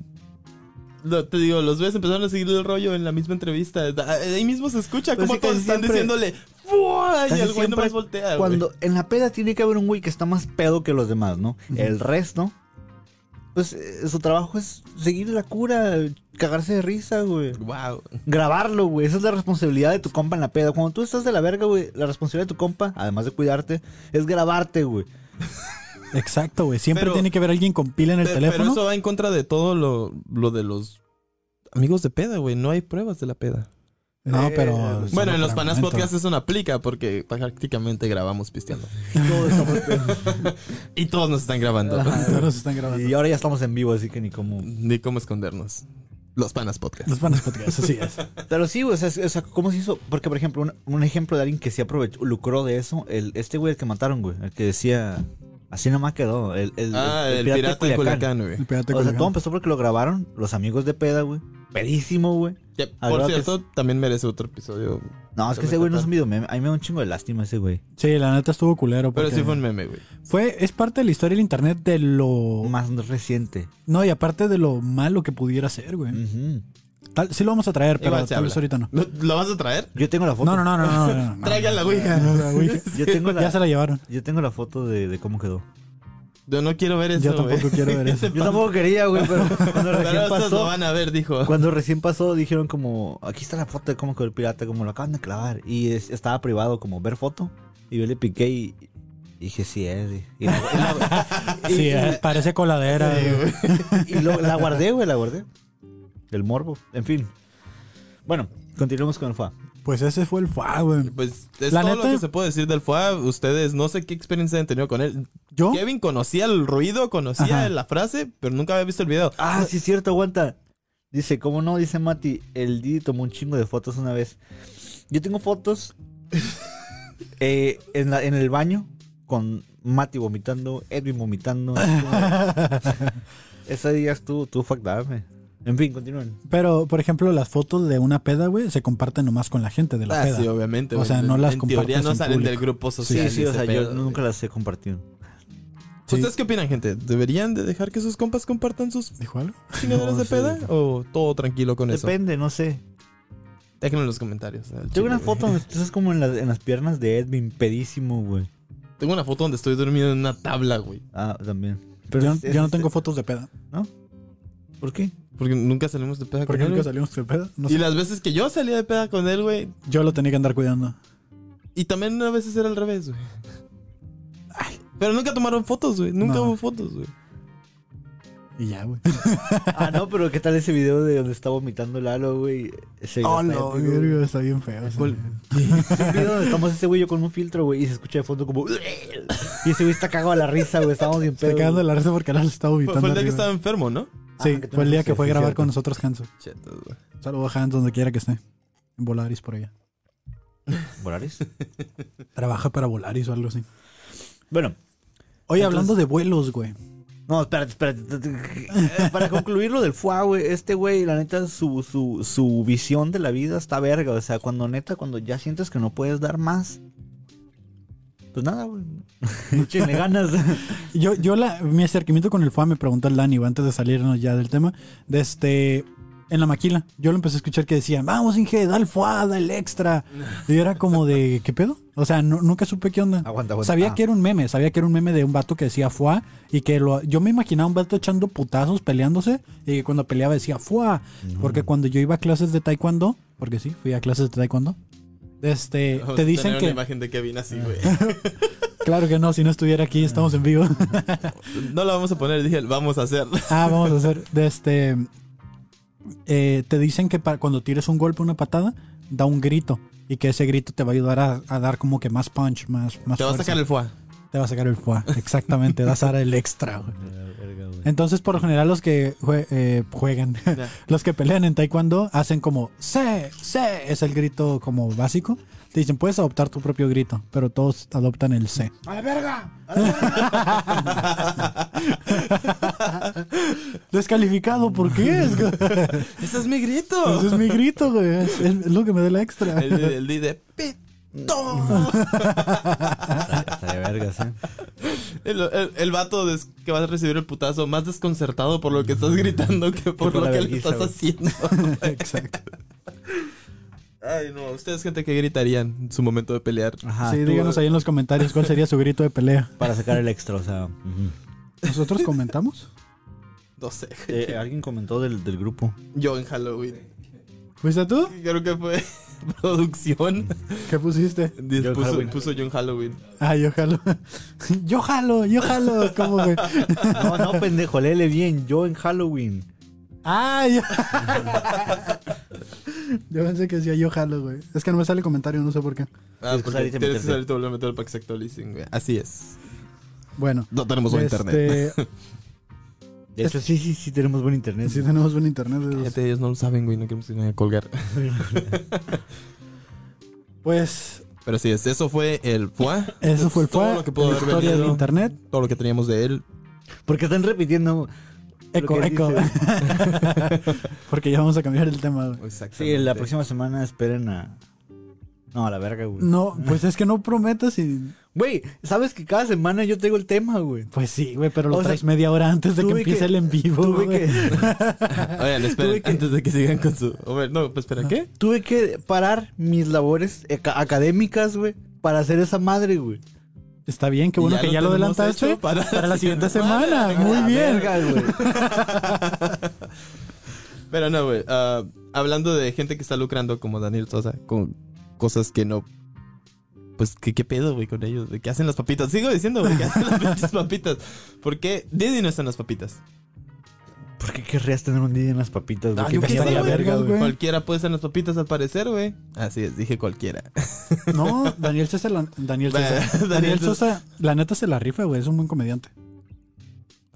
lo- te digo, los ves empezaron a seguir el rollo en la misma entrevista. Da- Ahí mismo se escucha Pues como sí, todos casi están siempre- diciéndole "Fua", y Casi el güey siempre nomás voltea. güey. Cuando en la peda tiene que haber un güey que está más pedo que los demás, ¿no? El resto, pues eh, su trabajo es seguir la cura, cagarse de risa, güey. Wow. Grabarlo, güey. Esa es la responsabilidad de tu compa en la peda. Cuando tú estás de la verga, güey, la responsabilidad de tu compa, además de cuidarte, es grabarte, güey. Exacto, güey. Siempre Pero- tiene que haber alguien con pila en el Pe- Pero teléfono. eso va en contra de todo lo, lo de los amigos de peda, güey. No hay pruebas de la peda. no, Eh, pero. solo Bueno, en los para el Panas momento. Podcast eso no aplica porque prácticamente grabamos pisteando. Todos estamos pedos. Y todos nos están grabando. Todos están grabando. y ahora ya estamos en vivo, así que ni como. Ni cómo escondernos. Los Panas Podcast. Los panas podcast, así es. Pero sí, güey, o sea, es- o sea, ¿cómo se hizo? Porque, por ejemplo, un, un ejemplo de alguien que se aprovechó, lucró de eso, el, este güey el que mataron, güey, el que decía, así nomás quedó, el, el, ah, el, de pirata de Culiacán, güey. El pirata O sea, colgado. todo empezó porque lo grabaron los amigos de peda, güey. Pedísimo, güey. Que, Ah, por creo que cierto, también merece otro episodio. No, es Se que me ese güey no es escapa. un video meme. A mí me da un chingo de lástima ese güey. Sí, la neta estuvo culero. Pero porque sí fue un meme, güey. fue- es parte de la historia del internet de lo. Más reciente. No, y aparte de lo malo que pudiera ser, güey. Ujú. Tal, sí lo vamos a traer, pero Mm. Igual se tal vez habla. ahorita no. ¿Lo, lo vas a traer? Yo tengo la foto. No, no, no, no, no. no, no. Traigan la Ouija. No, la Ouija. Yo tengo la, Ya se la llevaron. yo tengo la foto de, de cómo quedó. Yo no quiero ver eso, Yo tampoco güey. quiero ver eso. Yo tampoco quería, güey, pero cuando Pero recién estos lo pasó, van a ver, dijo. cuando recién pasó dijeron como, aquí está la foto de cómo quedó el pirata, como lo acaban de clavar. Y es- estaba privado como ver foto. Y yo le piqué y, y dije, sí es. Y, y la, y- Sí, y- eh, parece coladera. güey. y lo- la guardé, güey, la guardé. Del morbo. En fin. Bueno, continuemos con el FA. Pues ese fue el FA, güey. Pues es La todo neta- lo que se puede decir del FUA. Ustedes no sé qué experiencia han tenido con él. Yo, Kevin conocía el ruido, conocía ¿Oh? Ajá. la frase, pero nunca había visto el video. Ah, sí, es cierto, aguanta. Dice, ¿cómo no? Dice Mati, el Didi tomó un chingo de fotos una vez. Yo tengo fotos eh, en, la- en el baño con Mati vomitando, Edwin vomitando. Esa día estuvo, tú fuck that, me. En fin, continúen. pero por ejemplo, las fotos de una peda, güey, se comparten nomás con la gente de la Ah, peda. sí, obviamente. O güey. sea, no las En teoría compartes no en salen del público. grupo Sí, social. sí, y o ese sea, pedo, yo güey. nunca las he compartido. Sí. ¿Ustedes qué opinan, gente? ¿Deberían de dejar que sus compas compartan sus ¿Dijo algo? chingaderas No, de sí. peda? ¿O todo tranquilo con eso? Depende, no sé. Déjenlo en los comentarios. al chile, Tengo una güey. foto donde estás como en, las- en las piernas de Edwin, pedísimo, güey. Tengo una foto donde estoy durmiendo en una tabla, güey. Ah, también. yo, es- es- yo no tengo fotos de peda. ¿Por qué? Porque nunca salimos de peda ¿Por con qué él. nunca güey. salimos de peda? No Y sé. las veces que yo salía de peda con él, güey. Yo lo tenía que andar cuidando. Y también a veces era al revés, güey. Ay, Pero nunca tomaron fotos, güey. Nunca No. hubo fotos, güey. Y ya, güey. Ah, no, pero ¿qué tal ese video de donde está vomitando Lalo, güey? Ese video está Está épico, güey. bien, Oh, Está bien feo. ese. ¿Cuál? Es un video donde estamos ese güey yo con un filtro, güey, y se escucha de fondo como... Y ese güey está cagado a la risa, güey, estábamos bien Estoy pedo. cagando de la risa porque ahora lo estaba Fue, ubicando. fue el día que estaba enfermo, ¿no? Sí, Ah, que fue el día tenemos- que fue a sí, grabar cierto. con nosotros Hanso. Chetos, güey. Saludos a Hans donde quiera que esté. En Volaris por allá. ¿Volaris? Trabaja para Volaris o algo así. Bueno, Oye, Entonces- hablando de vuelos, güey. no, espérate, espérate. Eh, Para concluir lo del FUA, güey, este güey, la neta, su, su, su visión de la vida está verga. O sea, cuando neta, cuando ya sientes que no puedes dar más... Pues nada, güey. Échenle ganas. Yo, yo la, mi acercamiento con el FUA me preguntó E, el Dani, güey, antes de salirnos ya del tema, de este, en la maquila. Yo lo empecé a escuchar que decían, vamos Inge, da el FUA, da el extra. Y yo era como de, ¿qué pedo? O sea, no- nunca supe qué onda. Aguanta, aguanta. Sabía Ah. que era un meme, sabía que era un meme de un vato que decía FUA y que lo, yo me imaginaba un vato echando putazos, peleándose y que cuando peleaba decía FUA. Porque cuando yo iba a clases de taekwondo, porque sí, fui a clases de taekwondo, este, Vamos te a dicen tener que, una imagen de Kevin así, güey. claro que no, si no estuviera aquí, estamos en vivo. No la vamos a poner, dije, vamos a hacer. Ah, vamos a hacer. De este. eh, te dicen que para, cuando tires un golpe, una patada, da un grito. Y que ese grito te va a ayudar a, a dar como que más punch, más, más Te va a fuerza. sacar el foie. Te va a sacar el fuá. Exactamente, das ahora el extra, güey. Verga, güey. Entonces, por lo general, los que jue- eh, juegan, los que pelean en taekwondo, hacen como se, se, es el grito como básico. Te dicen, puedes adoptar tu propio grito, pero todos adoptan el se. ¡A la verga! Descalificado, ¿por qué? Es, ¡Ese es mi ese grito! es mi grito, güey. Es, es lo que me da el extra. El, el D de pito. Está de vergas, ¿eh? El, el- el vato des- que va a recibir el putazo más desconcertado por lo que estás gritando que por por la lo que le vergüenza, estás haciendo. Exacto. Ay, no. Ustedes, gente, ¿qué gritarían en su momento de pelear? Ajá. sí, díganos ahí en los comentarios cuál sería su grito de pelea. Para sacar el extra, o sea... ¿Nosotros comentamos? No sé. Eh, alguien comentó del, del grupo. Yo en Halloween. ¿Fuiste tú? Creo que fue producción. ¿Qué pusiste? Puso, Halloween. puso yo en Halloween. Ah, yo jalo. Yo jalo, yo jalo. ¿Cómo, güey? No, no, pendejo, léele bien. Yo en Halloween. Ah, yo... yo pensé que decía yo jalo, güey. Es que no me sale comentario, no sé por qué. Ah, Tienes que porque salir y te tienes que meterse. salir y te volver a meter para que se actualicen, güey. Así es. Bueno. Este, No tenemos buen internet. este, De hecho, sí, sí, sí tenemos buen internet. Sí tenemos buen internet. de esos. Fíjate, ellos no lo saben, güey, no queremos que nadie colgar. Pues Pero sí, es- eso fue el FUA. eso fue el Todo FUA, lo que pudo la haber historia del venido. internet. Todo lo que teníamos de él. Porque están repitiendo. Eco, que eco. Porque ya vamos a cambiar el tema. güey. Sí, la próxima semana esperen a. No, a la verga, güey. No, pues es que no prometas y... Güey, sabes que cada semana yo tengo el tema, güey. Pues sí, güey, pero O lo sea, traes media hora antes de que tuve empiece que- el en vivo. Tuve güey. que, Oigan, esperen, Tuve que- antes de que sigan con su. A ver, no, pues espera, Ah, ¿qué? tuve que parar mis labores aca- académicas, güey, para hacer esa madre, güey. Está bien, qué bueno Ya que lo ya lo tenemos adelantaste hecho para para, la la siguiente semana. Muy La bien. verga, güey. Pero no, güey. ah, hablando de gente que está lucrando, como Daniel Sosa, con cosas que no. Pues, ¿qué, qué pedo, güey, con ellos? ¿De ¿Qué hacen las papitas? Sigo diciendo, güey, ¿qué hacen las pinches papitas? ¿Por qué Didi no está en las papitas? ¿Por qué querrías tener un día en las papitas, güey? Ah, Qué yo qué mierda, sé, la güey. verga, güey. güey. Pues Cualquiera puede estar en las papitas al parecer, güey. Así es, dije cualquiera. No, Daniel Sosa, la- Daniel Bueno, Sosa. Daniel Daniel Sosa. Sosa, la neta se la rifa, güey, es un buen comediante.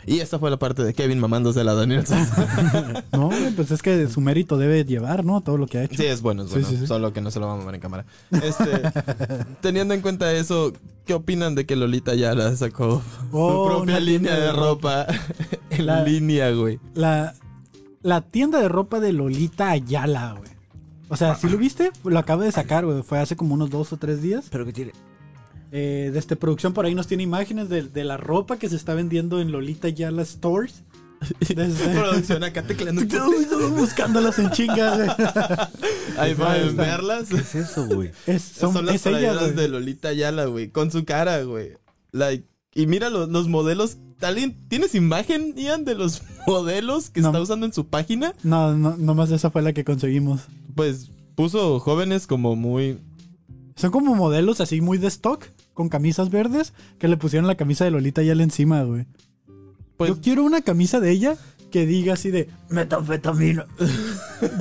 Y esta fue la parte de Kevin mamándose a la Daniel Sosa. No, güey, pues es que su mérito debe llevar, ¿no? Todo lo que ha hecho. Sí, es bueno, es Sí, bueno. sí, sí. Solo que no se lo va a mamar en cámara. Este, teniendo en cuenta eso, ¿qué opinan de que Lolita Yara sacó Oh, su propia una línea de ropa en La- línea, güey? La, la tienda de ropa de Lolita Ayala, güey. O sea, si lo viste, lo acabo de sacar, güey. Fue hace como unos dos o tres días. Pero que tiene. Eh, desde producción por ahí nos tiene imágenes de, de la ropa que se está vendiendo en Lolita Ayala Stores. Desde, Producción acá tecleando. buscándolas en chingas, güey. Ahí va Ahí a está. verlas. ¿Qué es eso, güey? Es- son, Son, las es ella, playeras güey. de Lolita Yala, güey. Con su cara, güey. Like, y mira los, los modelos. ¿Alguien- ¿Tienes imagen, Ian, de los modelos que No. está usando en su página? No, no, nomás esa fue la que conseguimos. Pues puso jóvenes como muy. Son como modelos así muy de stock, con camisas verdes, que le pusieron la camisa de Lolita Ayala encima, güey. Pues, Yo quiero una camisa de ella que diga así de metanfetamina.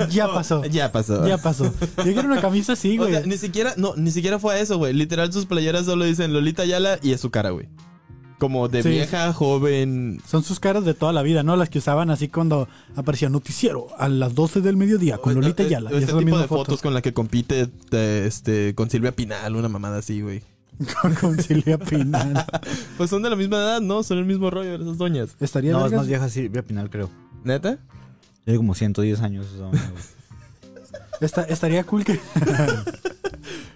ya pasó. Ya pasó. Oh. Ya pasó. Yo quiero una camisa así, O güey. sea, ni siquiera, no, ni siquiera fue a eso, güey. Literal, sus playeras solo dicen Lolita Yala y es su cara, güey. Como de Sí. vieja, joven. Son sus caras de toda la vida, ¿no? Las que usaban así cuando aparecía noticiero a las 12 del mediodía con Lolita O- o- Ayala. o Y es Este la tipo misma de fotos. con la que compite eh, este, con Silvia Pinal, una mamada así, güey. con, con Silvia Pinal. Pues son de la misma edad, ¿no? Son el mismo rollo esas doñas. Estaría No, es vergas. más vieja Silvia Pinal, creo. ¿Neta? Tiene como 110 años. esa onda, güey. Esta- estaría cool que.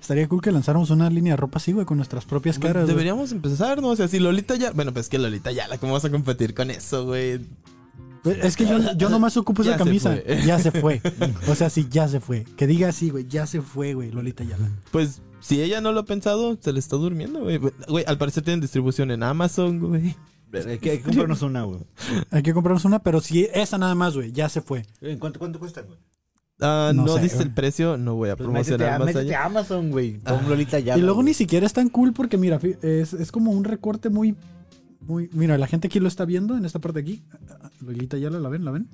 estaría cool que lanzáramos una línea de ropa así, güey, con nuestras propias caras. güey. Pues, Deberíamos empezar, ¿no? O sea, si Lolita Yala... Bueno, pues que Lolita Yala, ¿cómo vas a competir con eso, güey? Es que yo, yo nomás ocupo esa Ya se camisa. fue. ya se fue. O sea, sí, ya se fue. Que diga así, güey, ya se fue, güey, Lolita Ayala. Pues si ella no lo ha pensado, se le está durmiendo, güey. Güey, al parecer tienen distribución en Amazon, güey. Hay que, hay que comprarnos una, güey. Hay que comprarnos una, pero si esa nada más, güey, ya se fue. ¿En ¿Cuánto, cuánto cuesta, güey? Ah, No no, sé, dice güey. el precio, no voy a Pues métete promocionar a, más métete allá. a Amazon, güey. Pon Lolita ya. Y luego ni siquiera es tan cool porque, mira, fi- es, es como un recorte muy. muy Mira, la gente aquí lo está viendo en esta parte de aquí. Lolita Ayala, ¿la ven? ¿La ven?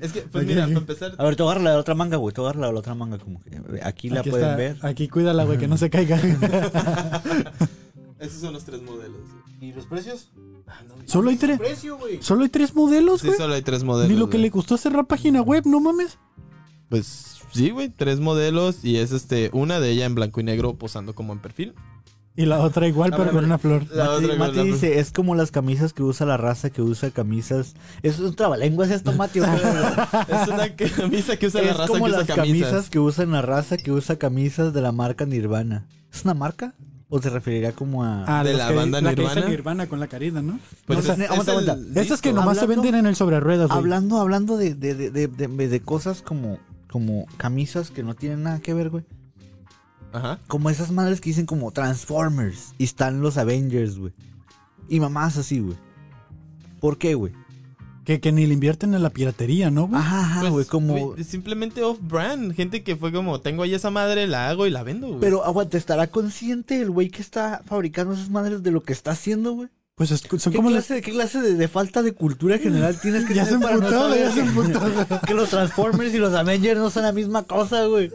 Es que, pues mira, para empezar, A ver, te voy a agarrar la otra manga, güey. Te voy a agarrar la otra manga. Como que eh, aquí la Aquí pueden está- ver. Aquí cuídala, güey, que no se caiga. esos son los tres modelos. güey. ¿Y los precios? solo, hay tres, Precio, güey. solo hay tres modelos, Sí, Pues, güey. solo hay tres modelos. Ni lo que güey. le costó hacer la página web, no mames. Pues sí, güey, tres modelos y es este, una de ella en blanco y negro posando como en perfil. Y la otra igual, A pero ver, con una flor. Ah, La Mati, otra con Mati la- dice, es como las camisas que usa la raza que usa camisas. Es un trabalenguas esto, Mati. o sea, Es una camisa que usa la es raza como que usa las camisas. camisas. que usan la raza que usa camisas de la marca Nirvana. ¿Es una marca? ¿O te referirá como a...? Ah, de los la que- banda la que dice Nirvana. Nirvana con la carita, ¿no? Pues o sea, es- es aguanta, el aguanta. Estas que disco. nomás se Hablando- venden en el sobre ruedas, güey. Hablando, hablando de, de, de, de, de- de cosas como, como camisas que no tienen nada que ver, güey. Ajá. Como esas madres que dicen como Transformers y están los Avengers, güey. Y mamás así, güey. ¿Por qué, güey? Que, que ni le invierten en la piratería, ¿no, güey? Ajá, ajá, Pues, Ah, güey, como... güey, simplemente off-brand. Gente que fue como, tengo ahí esa madre, la hago y la vendo, güey. Pero aguanta, ¿estará consciente el güey que está fabricando esas madres de lo que está haciendo, güey? Pues es- son ¿Qué como las... clase, qué clase de, de falta de cultura general tienes que Ya se tener para no emputó, güey, saber ya se emputó. que los Transformers y los Avengers no son la misma cosa, güey?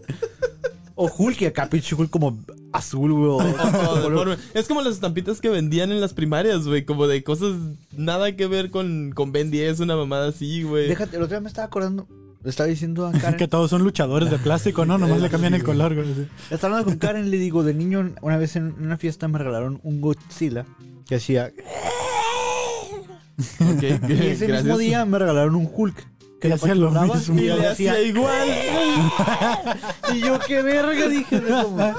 O Hulk, y acá pinche Hulk como azul, güey. Oh, de forma- Es como las estampitas que vendían en las primarias, güey. Como de cosas nada que ver con, con Ben 10, una mamada así, güey. Déjate, el otro día me estaba acordando, le estaba diciendo a Karen. Que todos son luchadores de plástico, ¿no? Nomás le cambian el color, güey. sí. Estaba hablando con Karen, le digo, de niño, una vez en una fiesta me regalaron un Godzilla que hacía. Ok, Y ese gracias. mismo día me regalaron un Hulk. Que Y hacía lo apachurraba mismo. Y, Y le le hacía- hacía igual. y yo, qué verga, dije. ¿no? Como-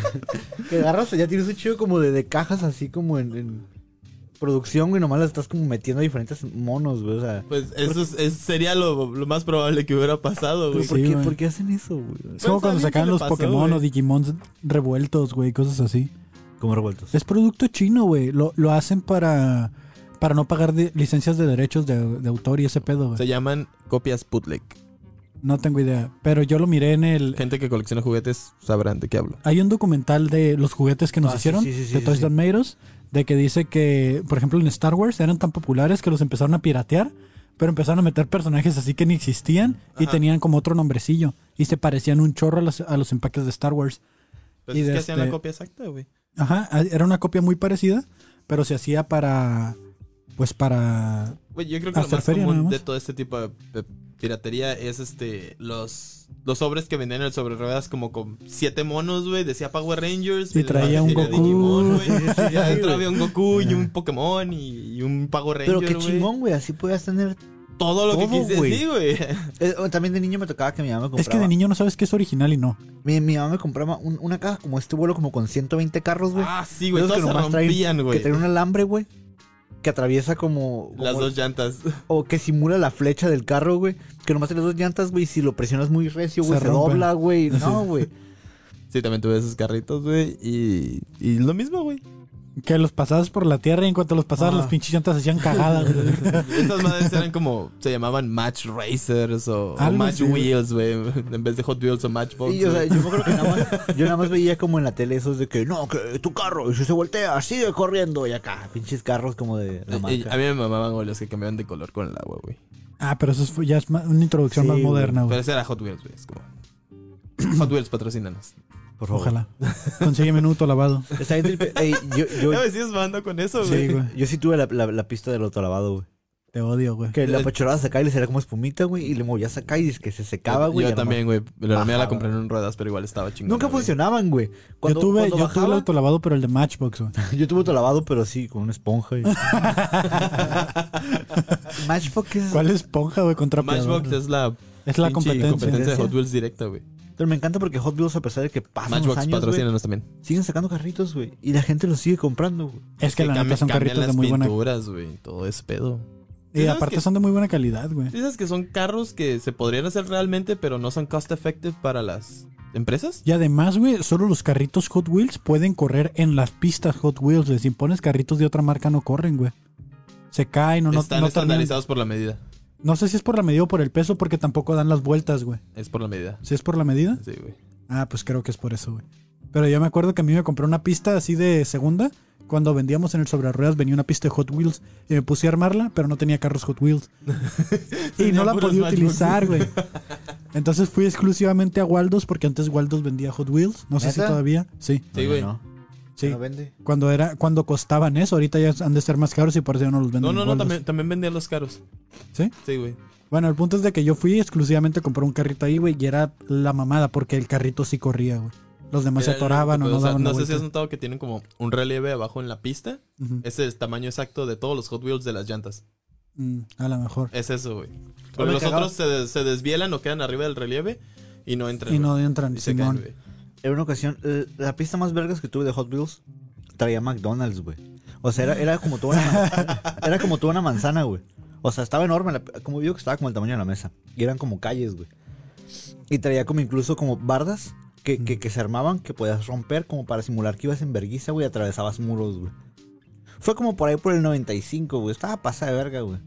que agarras, ya tienes un chido como de, de cajas así como en, en producción, güey. Nomás las estás como metiendo a diferentes monos, güey. O sea, Pues eso es- es- sería lo, lo más probable que hubiera ¿pero pasado, güey. Pues, ¿por, sí, qué, güey. ¿por qué hacen eso, güey? Es como Pues, cuando ¿a alguien se sacaban le los pasó, Pokémon o güey? Digimon revueltos, güey, cosas así. Como revueltos. Es producto chino, güey. Lo, lo hacen para, para no pagar de- licencias de derechos de, de autor y ese pedo, güey. Se llaman copias bootleg. No tengo idea. Pero yo lo miré en el... Gente que colecciona juguetes sabrán de qué hablo. Hay un documental de los juguetes que nos Ah, sí, hicieron, sí, sí, sí, de sí, Toys sí. That Made Us, de que dice que, por ejemplo, en Star Wars eran tan populares que los empezaron a piratear, pero empezaron a meter personajes así que ni existían y Ajá. tenían como otro nombrecillo y se parecían un chorro a los, a los empaques de Star Wars. Pues Y es de que hacían este- la copia exacta, güey. Ajá, a- era una copia muy parecida, pero se hacía para, pues para... Güey, yo creo que lo Hacer más feria, nada común más. de todo este tipo de de piratería es este los los sobres que vendían en el sobre ruedas como con siete monos, güey, decía Power Rangers Y y traía un Goku. güey. Y adentro había un Goku y un Pokémon y, y un Power Ranger, Pero qué güey. chingón, güey. Así podías tener. Todo lo Todo, que quise güey. sí, güey. Eh, también de niño me tocaba que mi mamá me compraba. Es que de niño no sabes qué es original y no. Mi, mi mamá me compraba un- una caja como este vuelo, como con 120 carros, güey. Ah, sí, güey, Esos todos se rompían, que güey. traen un alambre, güey. Que atraviesa como, Las como- dos llantas. O que simula la flecha del carro, güey. Que nomás tiene dos llantas, güey. y Si lo presionas muy recio, güey, Se se, rompe. dobla, güey. No, güey. Sí, también tuve esos carritos, güey, y y lo mismo, güey. Que los pasabas por la tierra y en cuanto los pasabas, Ah. las pinches llantas se hacían cagadas. güey. Esas madres eran como se llamaban Match Racers o, o Algo Match así, güey. Wheels, güey, en vez de Hot Wheels o Matchbox. Y, o sea, güey. yo me acuerdo que nada más, yo nada más veía como en la tele esos de que no, que tu carro, y si se voltea, sigue corriendo. Y acá, pinches carros como de la Y- y marca. Eh, a mí me mamaban, güey, los que cambiaban de color con el agua, güey. ah, pero eso es- ya es ma- una introducción Sí, más güey, moderna, Pero güey. ese era Hot Wheels, güey. Es como. Hot Wheels, patrocínanos. Por favor. Ojalá. Consígueme un auto lavado. Está bien tripe- Ey, yo, yo, Ya me sigues mandando con eso, güey. Sí, güey. yo sí tuve la, la, la pista del autolavado, güey. Te odio, güey. Que la Eh, apachurrabas acá y le salía como espumita, güey. Y le movías acá y dices que se secaba, Yo- güey. y Yo nada más- también, güey. La mía la Bajaba. compré en ruedas, pero igual estaba chingón. Nunca funcionaban, güey. Yo tuve, yo cuando tuve el bajaba- auto lavado, pero el de Matchbox, güey. Yo tuve otro lavado, pero sí, con una esponja. Y... Matchbox es... ¿Cuál esponja, güey? Contra Matchbox es la. Es la pinche competencia. de Hot Wheels directa, güey. Pero me encanta porque Hot Wheels, a pesar de que pasan los Matchbox, años, güey, patrocínanos también. siguen sacando carritos, güey. Y la gente los sigue comprando, güey. Es que la cambian- neta son cambian carritos de las muy buena pinturas, güey. Todo ese pedo. Y ¿Sabes aparte que- son de muy buena calidad, güey. Dices que son carros que se podrían hacer realmente, pero no son cost effective para las empresas. Y además, güey, solo los carritos Hot Wheels pueden correr en las pistas Hot Wheels, güey. Si pones carritos de otra marca no corren, güey. Se caen o no, Están no terminan- estandarizados por la medida. No sé si es por la medida o por el peso, porque tampoco dan las vueltas, güey. Es por la medida. Si es por la medida. Sí, güey. Ah, pues creo que es por eso, güey. Pero yo me acuerdo que a mí me compré una pista así de segunda. Cuando vendíamos en el sobre ruedas venía una pista de Hot Wheels y me puse a armarla, pero no tenía carros Hot Wheels. y no Tenía la puros podía Matchbox. utilizar, güey. Entonces fui exclusivamente a Waldos porque antes Waldos vendía Hot Wheels. No sé si ¿Neta? todavía. Sí, Sí, güey. No, sí. no vende. Cuando era, cuando costaban eso, ahorita ya han de ser más caros y por eso ya no los venden. No, en no, no, Waldos. también, también vendían los caros. ¿Sí? Sí, güey. Bueno, el punto es de que yo fui exclusivamente a comprar un carrito ahí, güey, y era la mamada porque el carrito sí corría, güey. Los demás se Era el atoraban o único, no o sea, daban la sé si vuelta. has notado que tienen como un relieve abajo en la pista. Ujú. Es el tamaño exacto de todos los Hot Wheels de las llantas. Mm, a lo mejor. Es eso, güey. Ah, Pero me los cagaba. otros se, des- se desvielan o quedan arriba del relieve y no entran. Y no güey. entran, Y se caen, Simón. güey. En una ocasión, eh, la pista más vergas que tuve de Hot Wheels traía McDonald's, güey. O sea, era, era como toda una manzana, era como toda una manzana, güey. O sea, estaba enorme, la- como digo que estaba como el tamaño de la mesa. Y eran como calles, güey. Y traía como incluso como bardas que, Mm. que, que se armaban, que podías romper como para simular que ibas en verguiza, güey, y atravesabas muros, güey. Fue como por ahí por el 95, güey. Estaba pasada de verga, güey.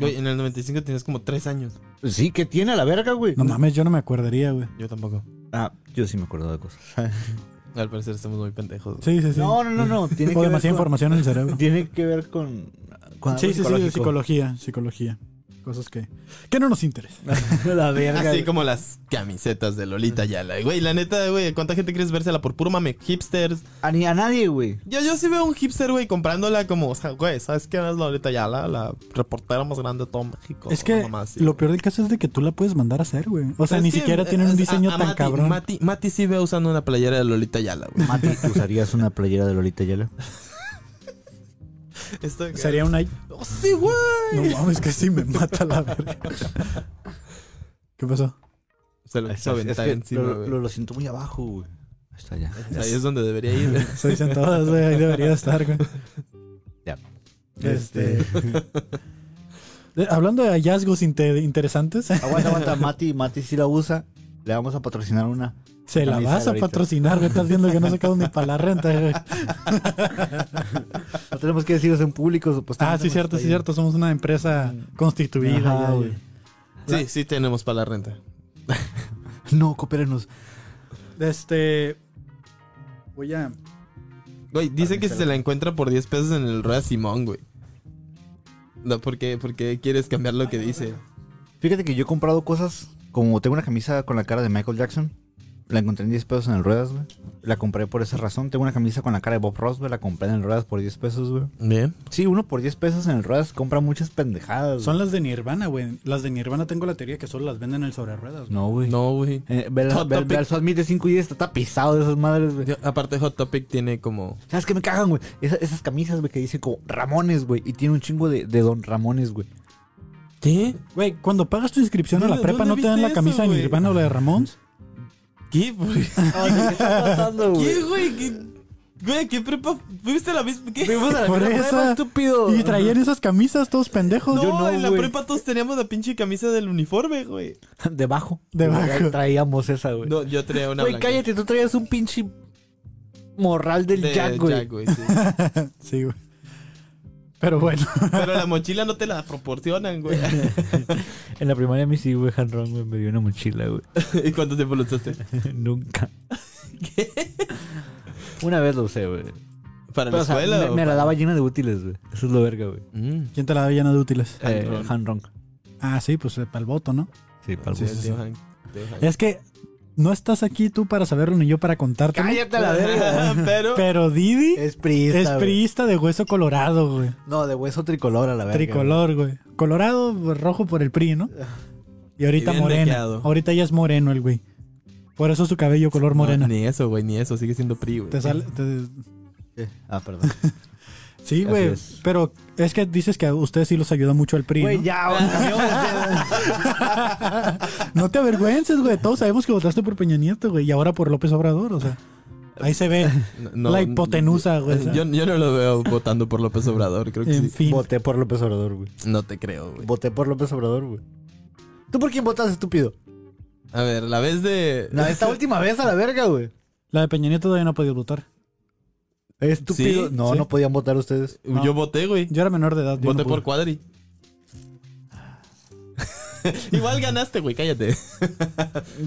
Güey, en el 95 tenías como 3 años. Sí, que tiene a la verga, güey. No mames, yo no me acordaría, güey. Yo tampoco. Ah, yo sí me acuerdo de cosas. Al parecer estamos muy pendejos. güey. Sí, sí, sí. No, no, no, no. Tiene o que ver demasiada con- información en el cerebro. Tiene que ver con. con algo sí, sí, sí, psicológico. de psicología, psicología. cosas que, que no nos interesan. la verga. Así como las camisetas de Lolita Yala. Güey, la neta, güey, ¿cuánta gente quieres vérsela por puro mame? Hipsters. A, ni a nadie, güey. Yo, yo sí veo un hipster, güey, comprándola como, o sea, güey, ¿sabes quién es Lolita Yala? La reportera más grande de todo México. es que lo peor del caso es de que tú la puedes mandar a hacer, güey. O Pues sea, ni siquiera tiene un diseño tan Mati, cabrón. Mati, Mati sí veo usando una playera de Lolita Yala, güey. Mati, ¿usarías una playera de Lolita Yala? Esto- Sería una... ¡Oh, sí, güey! No mames, que sí me mata la verga. ¿Qué pasó? Se lo hizo aventar encima, lo, güey. lo- lo siento muy abajo, güey. Ahí Está ya. Ahí es donde debería ir, güey. Se dicen todas, güey. Ahí debería estar, güey. Ya. Este. de- Hablando de hallazgos inte- interesantes, Aguanta, aguanta. Mati, Mati sí la usa. Le vamos a patrocinar una. se la Camisa vas a ahorita. patrocinar, güey. Estás viendo que no sacamos ni para la renta, güey. No tenemos que deciros en público, Ah, supuestamente. pues, sí, cierto, sí, cierto. Somos una empresa constituida, Ajá, ya, güey. Sí, sí tenemos para la renta. No, coopérenos. Este. Voy a. Güey, dice que si se la encuentra por 10 pesos en el Rueda Simón, güey. No, ¿por qué, por qué quieres cambiar lo que dice? Fíjate que yo he comprado cosas. Como tengo una camisa con la cara de Michael Jackson. La encontré en 10 pesos en el Ruedas, güey. La compré por esa razón. Tengo una camisa con la cara de Bob Ross, güey. La compré en el Ruedas por 10 pesos, güey. Bien. Sí, uno por 10 pesos en el Ruedas compra muchas pendejadas. Son las de Nirvana, güey. Las de Nirvana tengo la teoría que solo las venden en el sobre ruedas, güey. No, güey. No, güey. Eh, ve, la- Hot ve, Topic. ve al Swap Meet de 5 y 10, está tapizado de esas madres, güey. Yo- Aparte, Hot Topic tiene como. ¿Sabes qué me cagan, güey? Esa- esas camisas, güey, que dicen como Ramones, güey. Y tiene un chingo de, de Don Ramones, güey. ¿Qué? Güey, cuando pagas tu inscripción a la ¿Dónde- prepa, ¿no dónde te dan la viste camisa eso, de güey? Nirvana o la de Ramón? ¿Qué, güey? ¿Qué está pasando, ¿Qué, güey? ¿Qué- Güey, ¿qué prepa? ¿Fuiste a la misma? ¿Qué? Fuimos a la Por misma esa- prueba, estúpido. Y traían esas camisas todos pendejos. No, no, en la güey. prepa todos teníamos la pinche camisa del uniforme, güey. Debajo. Debajo. Traíamos esa, güey. No, yo traía una. Güey, blanca. cállate, tú traías un pinche morral del De Jack, güey. sí. Sí, güey. Pero bueno, Pero la mochila no te la proporcionan, güey. En la primaria a mí sí, güey, Han Ron, güey, me dio una mochila, güey. ¿Y cuánto tiempo lo usaste? Nunca. ¿Qué? Una vez lo usé, güey. ¿Para Pero, la o sea, escuela? me, o me la para- daba llena de útiles, güey. Eso es lo verga, güey. Mm. ¿quién te la da llena de útiles? Han Eh, Ron. Han Ron. Ah, sí, pues para el voto, ¿no? Sí, para Sí, el sí, güey. sí. Dejan- dejan. Es que no estás aquí tú para saberlo ni yo para contarte. Cállate a la verga. Pero. Pero Didi Es priista. es güey. priista de hueso colorado, güey. No, de hueso tricolor a la verga. Tricolor, güey. Colorado, pues, rojo por el PRI, ¿no? Y ahorita Y bien moreno. dequeado. Ahorita ya es moreno el güey. Por eso su cabello color morena. No, ni eso, güey, ni eso. Sigue siendo PRI, güey. Te sale- te- Eh, Ah, perdón. Sí, Así güey. es. Pero es que dices que a ustedes sí los ayuda mucho el PRI. Güey, ¿no? ya, güey, cambiamos de- No te avergüences, güey. Todos sabemos que votaste por Peña Nieto, güey. Y ahora por López Obrador, o sea. Ahí se ve No, la no, hipotenusa, güey. Yo, yo no lo veo votando por López Obrador, creo que en sí. fin. Voté por López Obrador, güey. No te creo, güey. Voté por López Obrador, güey. ¿Tú por quién votas, estúpido? A ver, la vez de. No, esta última vez a la verga, güey. La de Peña Nieto todavía no ha podido votar. Estúpido. Sí, no, sí. no podían votar ustedes. Yo voté, güey. Yo era menor de edad. yo Voté no pude. por Cuadri. Igual ganaste, güey, cállate.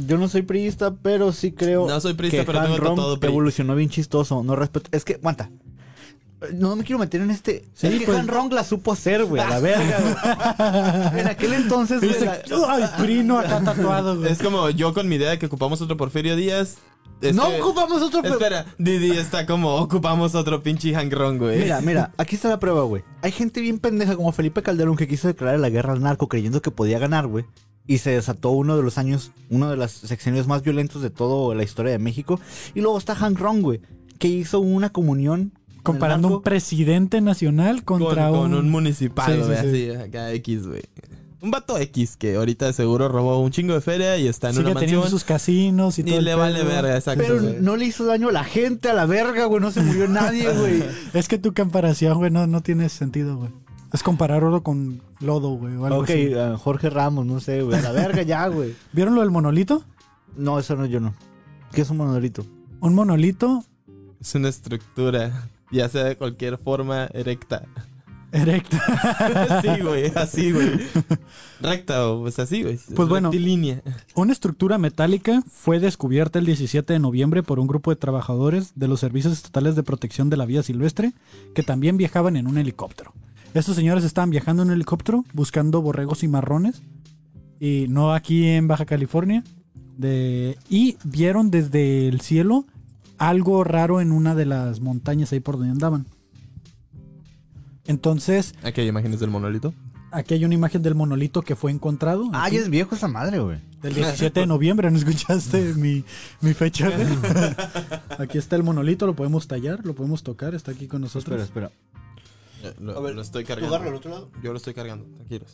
Yo no soy priista, pero sí creo. No soy priista, que pero Han tengo Rom tatuado PRI. Evolucionó bien chistoso. No respeto. Es que, aguanta. No me quiero meter en este. Sí, es que pues- Han Ron la supo hacer, güey, a la verga, güey. En aquel entonces, güey. Dice, la- Ay, PRI no acá tatuado, güey. Es como yo con mi idea de que ocupamos otro Porfirio Díaz. Es No que- ocupamos otro. pe- Espera, Didi está como ocupamos otro pinche hangrón, güey. Mira, mira, aquí está la prueba, güey. Hay gente bien pendeja como Felipe Calderón que quiso declarar la guerra al narco creyendo que podía ganar, güey. Y se desató uno de los años, uno de los sexenios más violentos de toda la historia de México. Y luego está Hank Ron, güey, que hizo una comunión. con el Comparando un narco. presidente nacional con, contra un... con un municipal, Sí, sí, güey, sí. así, acá X, güey. Un vato X que ahorita de seguro robó un chingo de feria y está en Sigue una teniendo mansión. sus casinos y todo. Y el le pedo, vale güey. verga, exacto. Pero güey. no le hizo daño a la gente, a la verga, güey. No se murió nadie, güey. Es que tu comparación, güey, no, no tiene sentido, güey. Es comparar oro con lodo, güey. o algo ok, así. uh, Jorge Ramos, no sé, güey. A la verga ya, güey. ¿Vieron lo del monolito? No, eso no, yo no. ¿Qué es un monolito? Un monolito Es una estructura, ya sea de cualquier forma erecta. erecto. así, güey, así, güey. Recta, o pues así, güey. Pues bueno. Rectilínea. Una estructura metálica fue descubierta el 17 de noviembre por un grupo de trabajadores de los Servicios Estatales de Protección de la Vía Silvestre que también viajaban en un helicóptero. Estos señores estaban viajando en un helicóptero buscando borregos y marrones. Y no aquí en Baja California. De, y vieron desde el cielo algo raro en una de las montañas ahí por donde andaban. Entonces, Aquí hay imágenes del monolito. aquí hay una imagen del monolito que fue encontrado. Ay, aquí, es viejo esa madre, güey. Del 17 de noviembre, ¿no escuchaste mi, mi fecha? güey? aquí está el monolito, lo podemos tallar, lo podemos tocar, está aquí con nosotros. Espera, espera. Eh, Lo, lo estoy cargando. Yo lo estoy cargando, tranquilos.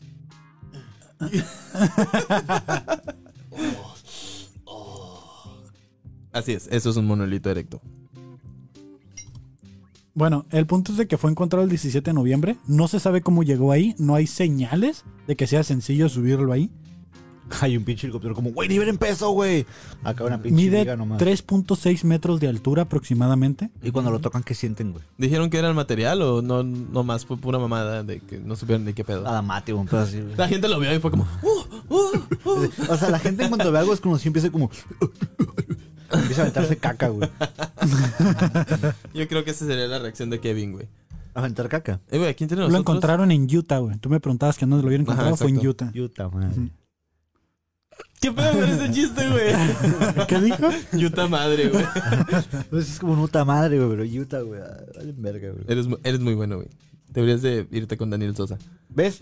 Así es, eso es un monolito erecto. Bueno, el punto es de que fue encontrado el 17 de noviembre. No se sabe cómo llegó ahí. No hay señales de que sea sencillo subirlo ahí. Hay un pinche helicóptero como, güey, liberen peso, güey. Acá una pinche Mide liga nomás. 3.6 metros de altura aproximadamente. Y cuando lo tocan, ¿qué sienten, güey? ¿Dijeron que era el material o no, no más fue pura mamada de que no supieron ni qué pedo? Adamate, un pedo así, güey. La gente lo vio y fue como, "Uh, O sea, la gente cuando ve algo es como si empieza como. Empieza a aventarse caca, güey. yo creo que esa sería la reacción de Kevin, güey. Aventar caca. Eh, güey, ¿a quién tiene Lo nosotros? encontraron en Utah, güey. Tú me preguntabas que dónde lo habían Ajá, encontrado. fue en exacto. Utah. Yuta, madre. ¿Qué pedo con ese chiste, güey? ¿Qué dijo? Yuta madre, güey. Entonces Pues es como una puta madre, güey, pero Yuta, güey. ah, vale verga, güey. Eres, mu- eres muy bueno, güey. Deberías de irte con Daniel Sosa. ¿Ves?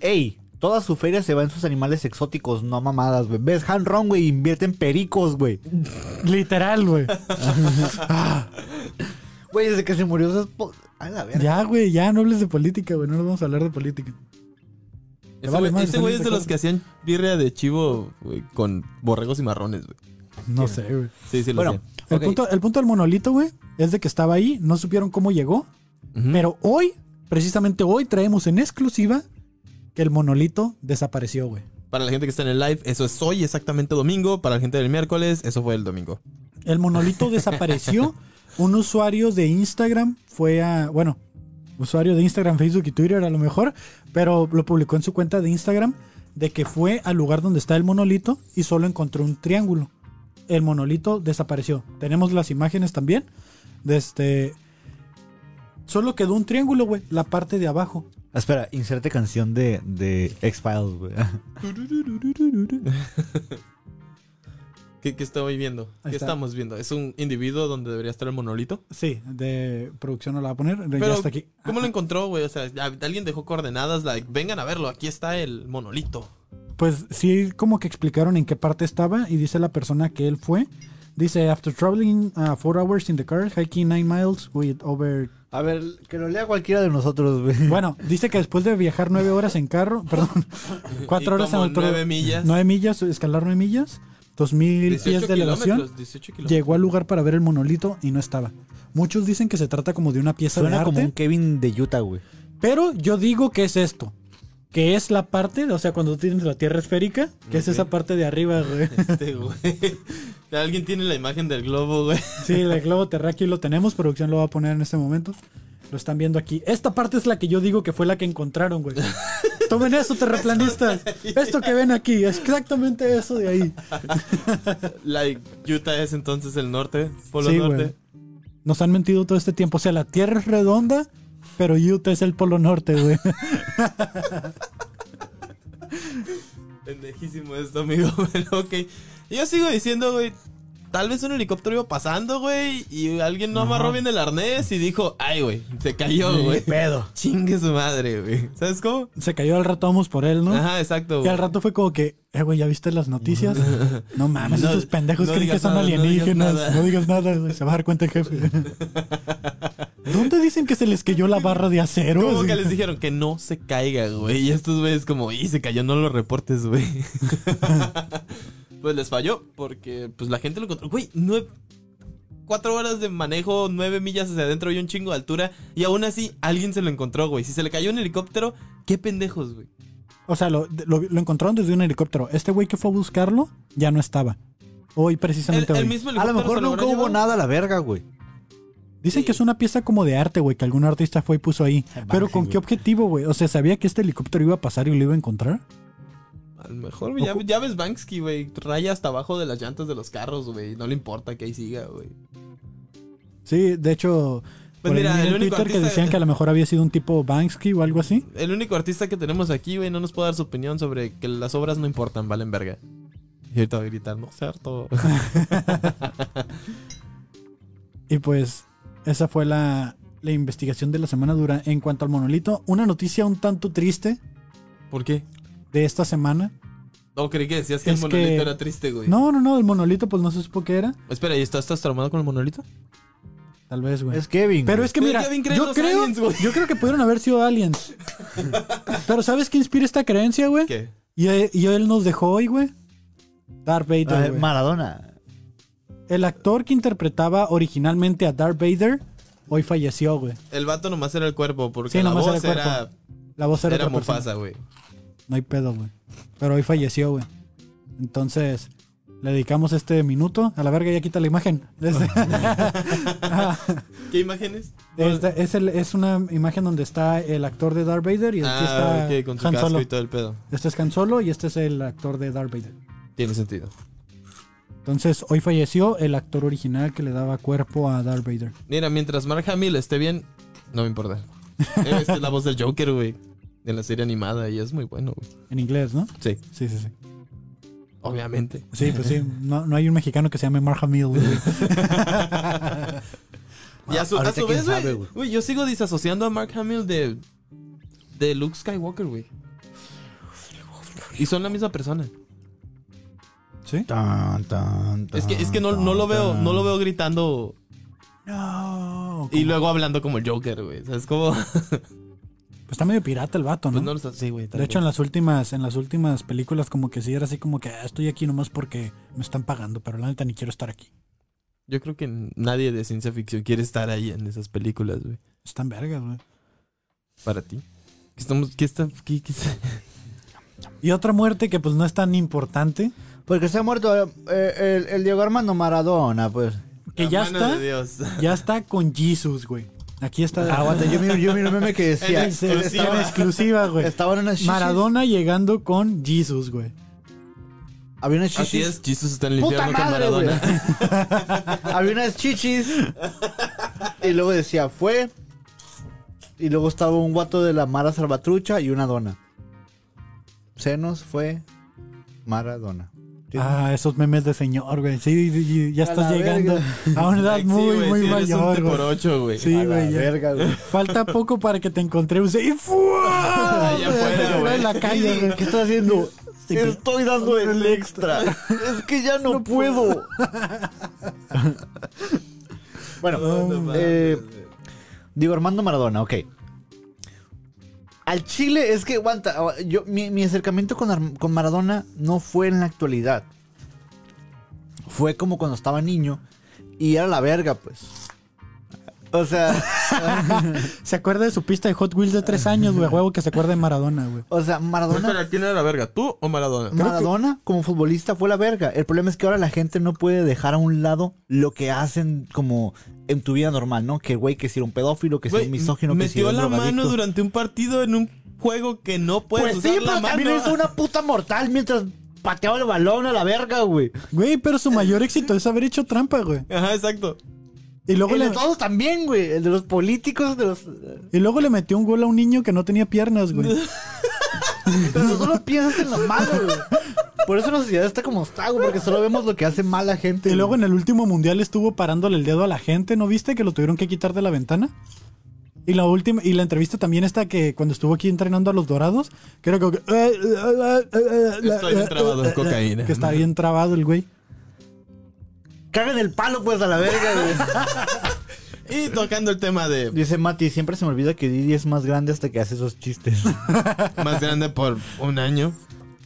Ey, toda su feria se va en sus animales exóticos, no mamadas, güey. ¿Ves? Han Ron, güey, invierte en pericos, güey. Literal, güey. Güey, desde que se murió esa esposa. Ay, la verga. ya, güey, ya no hables de política, güey. No nos vamos a hablar de política. Ese vale güey madre, ese güey es de Daniel los que hacían birria de chivo güey, con borregos y marrones, güey. No sé, güey. Sí, sí, lo Bueno, hacían. El, ok. punto, el punto del monolito, güey, es de que estaba ahí. No supieron cómo llegó. Ujú. Pero hoy, precisamente hoy, traemos en exclusiva que el monolito desapareció, güey. Para la gente que está en el live, eso es hoy exactamente domingo. Para la gente del miércoles, eso fue el domingo. El monolito desapareció. Un usuario de Instagram fue a. Bueno, usuario de Instagram, Facebook y Twitter a lo mejor. Pero lo publicó en su cuenta de Instagram. De que fue al lugar donde está el monolito y solo encontró un triángulo. El monolito desapareció. Tenemos las imágenes también. De este. Solo quedó un triángulo, güey. La parte de abajo. Espera, inserte canción de, de X-Files, güey. ¿Qué, qué estoy viendo? Ahí ¿Qué está. estamos viendo? ¿Es un individuo donde debería estar el monolito? Sí, de producción no la va a poner. ya Pero, está aquí. ¿cómo lo encontró, güey? O sea, ¿a- alguien dejó coordenadas, like, vengan a verlo, aquí está el monolito. Pues sí, como que explicaron en qué parte estaba y dice la persona que él fue. Dice, after traveling uh, four hours in the car, hiking nine miles with over... A ver, que lo lea cualquiera de nosotros, güey. Bueno, dice que después de viajar nueve horas en carro, perdón, cuatro Y horas en como altura- nueve millas. Nueve millas, escalar nueve millas, dos mil 18 pies de elevación. kilómetros, 18 kilómetros. Llegó al lugar para ver el monolito y no estaba. Muchos dicen que se trata como de una pieza de Suena arte. como un Kevin de Utah, güey. Pero yo digo que es esto. Que es la parte, de- o sea, cuando tienes la tierra esférica, que es Ok. esa parte de arriba, güey. Este, güey. Alguien tiene la imagen del globo, güey. Sí, el globo terráqueo lo tenemos, producción lo va a poner en este momento. Lo están viendo aquí. Esta parte es la que yo digo que fue la que encontraron, güey. Tomen eso, terraplanistas. Esto que ven aquí, exactamente eso de ahí. Like, Utah es entonces el norte, polo Sí, norte. güey. Nos han mentido todo este tiempo. O sea, la Tierra es redonda, pero Utah es el polo norte, güey. Pendejísimo esto, amigo, pero ok. Yo sigo diciendo, güey. Tal vez un helicóptero iba pasando, güey, y alguien no amarró bien el arnés y dijo, ay, güey, se cayó, güey. pedo. Chingue su madre, güey. ¿Sabes cómo? Se cayó al rato, vamos por él, ¿no? Ajá, exacto, Y al güey. rato fue como que, eh, güey, ¿ya viste las noticias? No mames, No, esos pendejos no creen que digas son nada, no digas alienígenas. nada. No digas nada, güey, se va a dar cuenta el jefe. ¿Dónde dicen que se les cayó la barra de acero? ¿Cómo Así- que les dijeron que no se caiga, güey? Y estos güeyes como, y se cayó, no lo reportes, güey. pues les falló, porque pues la gente lo encontró. Güey, nueve, cuatro horas de manejo, nueve millas hacia adentro y un chingo de altura. Y aún así, alguien se lo encontró, güey. Si se le cayó un helicóptero, qué pendejos, güey. O sea, lo, lo- lo encontraron desde un helicóptero. Este güey que fue a buscarlo ya no estaba. Hoy, El, precisamente el hoy. mismo A helicóptero lo se mejor habrá nunca hubo llevado. nada a la verga, güey. Dicen que es una pieza como de arte, güey, que algún artista fue y puso ahí. Pero Banksy, ¿con güey. qué objetivo, güey? O sea, ¿sabía que este helicóptero iba a pasar y lo iba a encontrar? A lo mejor, güey, ya, ya ves Banksy, güey. Raya hasta abajo de las llantas de los carros, güey. No le importa que ahí siga, güey. Sí, de hecho, Pues Por ahí mira, vi el en único Twitter que artista- decían que a lo mejor había sido un tipo Banksy o algo así. El único artista que tenemos aquí, güey, no nos puede dar su opinión sobre que las obras no importan, valen verga. Y ahorita va a gritar, no, cierto. Y pues esa fue la, la investigación de la semana dura. En cuanto al monolito, una noticia un tanto triste ¿Por qué? de esta semana. No, creí que decías que Es el monolito que- era triste, güey. No, no, no, el monolito pues no se supo qué era. Espera, ¿y estás, estás traumado con el monolito? Tal vez, güey. Es Kevin. Pero es que Güey, mira, Kevin cree en yo los creo, aliens, güey. yo creo que pudieron haber sido aliens. Pero ¿sabes qué inspira esta creencia, güey? ¿Qué? Y, eh, y él nos dejó hoy, güey. Darth Vader, Ah, güey. Maradona. El actor que interpretaba originalmente a Darth Vader hoy falleció, güey. El vato nomás era el cuerpo, porque Sí, la nomás era voz el cuerpo. era, La voz era, era, otra persona. Mufasa, güey. No hay pedo, güey. Pero hoy falleció, güey. Entonces, le dedicamos este minuto. A la verga, ya quita la imagen. Este- Ah, ¿Qué imágenes? esta- es, el- es una imagen donde está el actor de Darth Vader y aquí Ah, está ok, con su Han casco Solo. y todo el pedo. Este es Han Solo y este es el actor de Darth Vader. Tiene sentido. Entonces, hoy falleció el actor original que le daba cuerpo a Darth Vader. Mira, mientras Mark Hamill esté bien, no me importa. Eh, es que es la voz del Joker, güey. En la serie animada y es muy bueno, güey. En inglés, ¿no? Sí, Sí, sí, sí. obviamente. Sí, pues sí. No, no hay un mexicano que se llame Mark Hamill, güey. Y a su, a Ahorita su quién vez, sabe, güey, güey. güey, yo sigo disasociando a Mark Hamill de, de Luke Skywalker, güey. Y son la misma persona. ¿Sí? Tan, tan, Es que, tan, es que no, no lo tan, veo, tan. no lo veo gritando No. y luego hablando como el Joker, güey. O sea, es como. Pues está medio pirata el vato, ¿no? Pues no lo está- Sí, güey. De hecho, en las últimas, en las últimas películas, como que sí era así como que "Ah, estoy aquí nomás porque me están pagando, pero la neta ni quiero estar aquí. yo creo que nadie de ciencia ficción quiere estar ahí en esas películas, güey. Están vergas, güey. Para ti. ¿Qué estamos, qué está, qué- qué está- Y otra muerte que pues no es tan importante, Porque se ha muerto eh, el, el Diego Armando Maradona, pues. que La ya mano está, de Dios. ya está con Jesus, güey. Aquí está. Aguanta, Ah, yo miro, yo miro un meme que decía. En Se- estaba en Estaban, exclusiva, güey. estaban unas shishis. Maradona llegando con Jesus, güey. Había unas chichis. Así es, Jesús está en el ¡Puta infierno con madre, güey! Maradona. Había unas chichis. Y luego decía, fue. Y luego estaba un guato de la Mara Salvatrucha y una dona. Senos fue Maradona. Sí. Ah, esos memes de señor, güey. Sí, sí, sí, ya A estás la llegando verga. a una edad Sí, muy, güey, muy sí, eres un mayor, T por güey. ocho, güey. Sí, A la güey. ya. verga, güey. Falta poco para que te encontré un se- y Ah, ¡fua! Allá afuera, Te quedó güey. en la calle, güey. ¿Qué estás haciendo? Estoy dando el extra. Es que ya no, puedo. bueno, eh, digo Armando Maradona, ok. Al Chile es que aguanta. ah, Yo, mi, mi acercamiento con, Ar- con Maradona no fue en la actualidad. Fue como cuando estaba niño y era la verga, pues. O sea. Se acuerda de su pista de Hot Wheels de tres años, güey. a Huevo que se acuerda de Maradona, güey. O sea, Maradona. Espera, ¿quién era la verga? ¿Tú o Maradona? Maradona como futbolista fue la verga. El problema es que ahora la gente no puede dejar a un lado lo que hacen como en tu vida normal, ¿no? Que güey, que si era un pedófilo, que si era Güey, un misógino, que si era metió un la mano drogadicto. durante un partido en un juego que no puedes Pues sí, usar pero la también mano. hizo una puta mortal mientras pateaba el balón a la verga, güey. Güey, pero su mayor éxito es haber hecho trampa, güey. Ajá, exacto. Y luego, El le, de todos también, güey. El de los políticos, de los... y luego le metió un gol a un niño que no tenía piernas, güey. Pero solo piensas en lo malo, güey. Por eso la sociedad está como está, güey, porque solo vemos lo que hace mala gente. Y luego güey. en el último mundial estuvo parándole el dedo a la gente, ¿no viste? Que lo tuvieron que quitar de la ventana. Y la última, y la entrevista también está que cuando estuvo aquí entrenando a los dorados, creo que. eh, Estoy bien trabado en cocaína. Que está bien trabado el güey. Cagan el palo, pues, a la verga, güey. Y tocando el tema de Dice Mati, siempre se me olvida que Didi es más grande hasta que hace esos chistes. más grande por un año.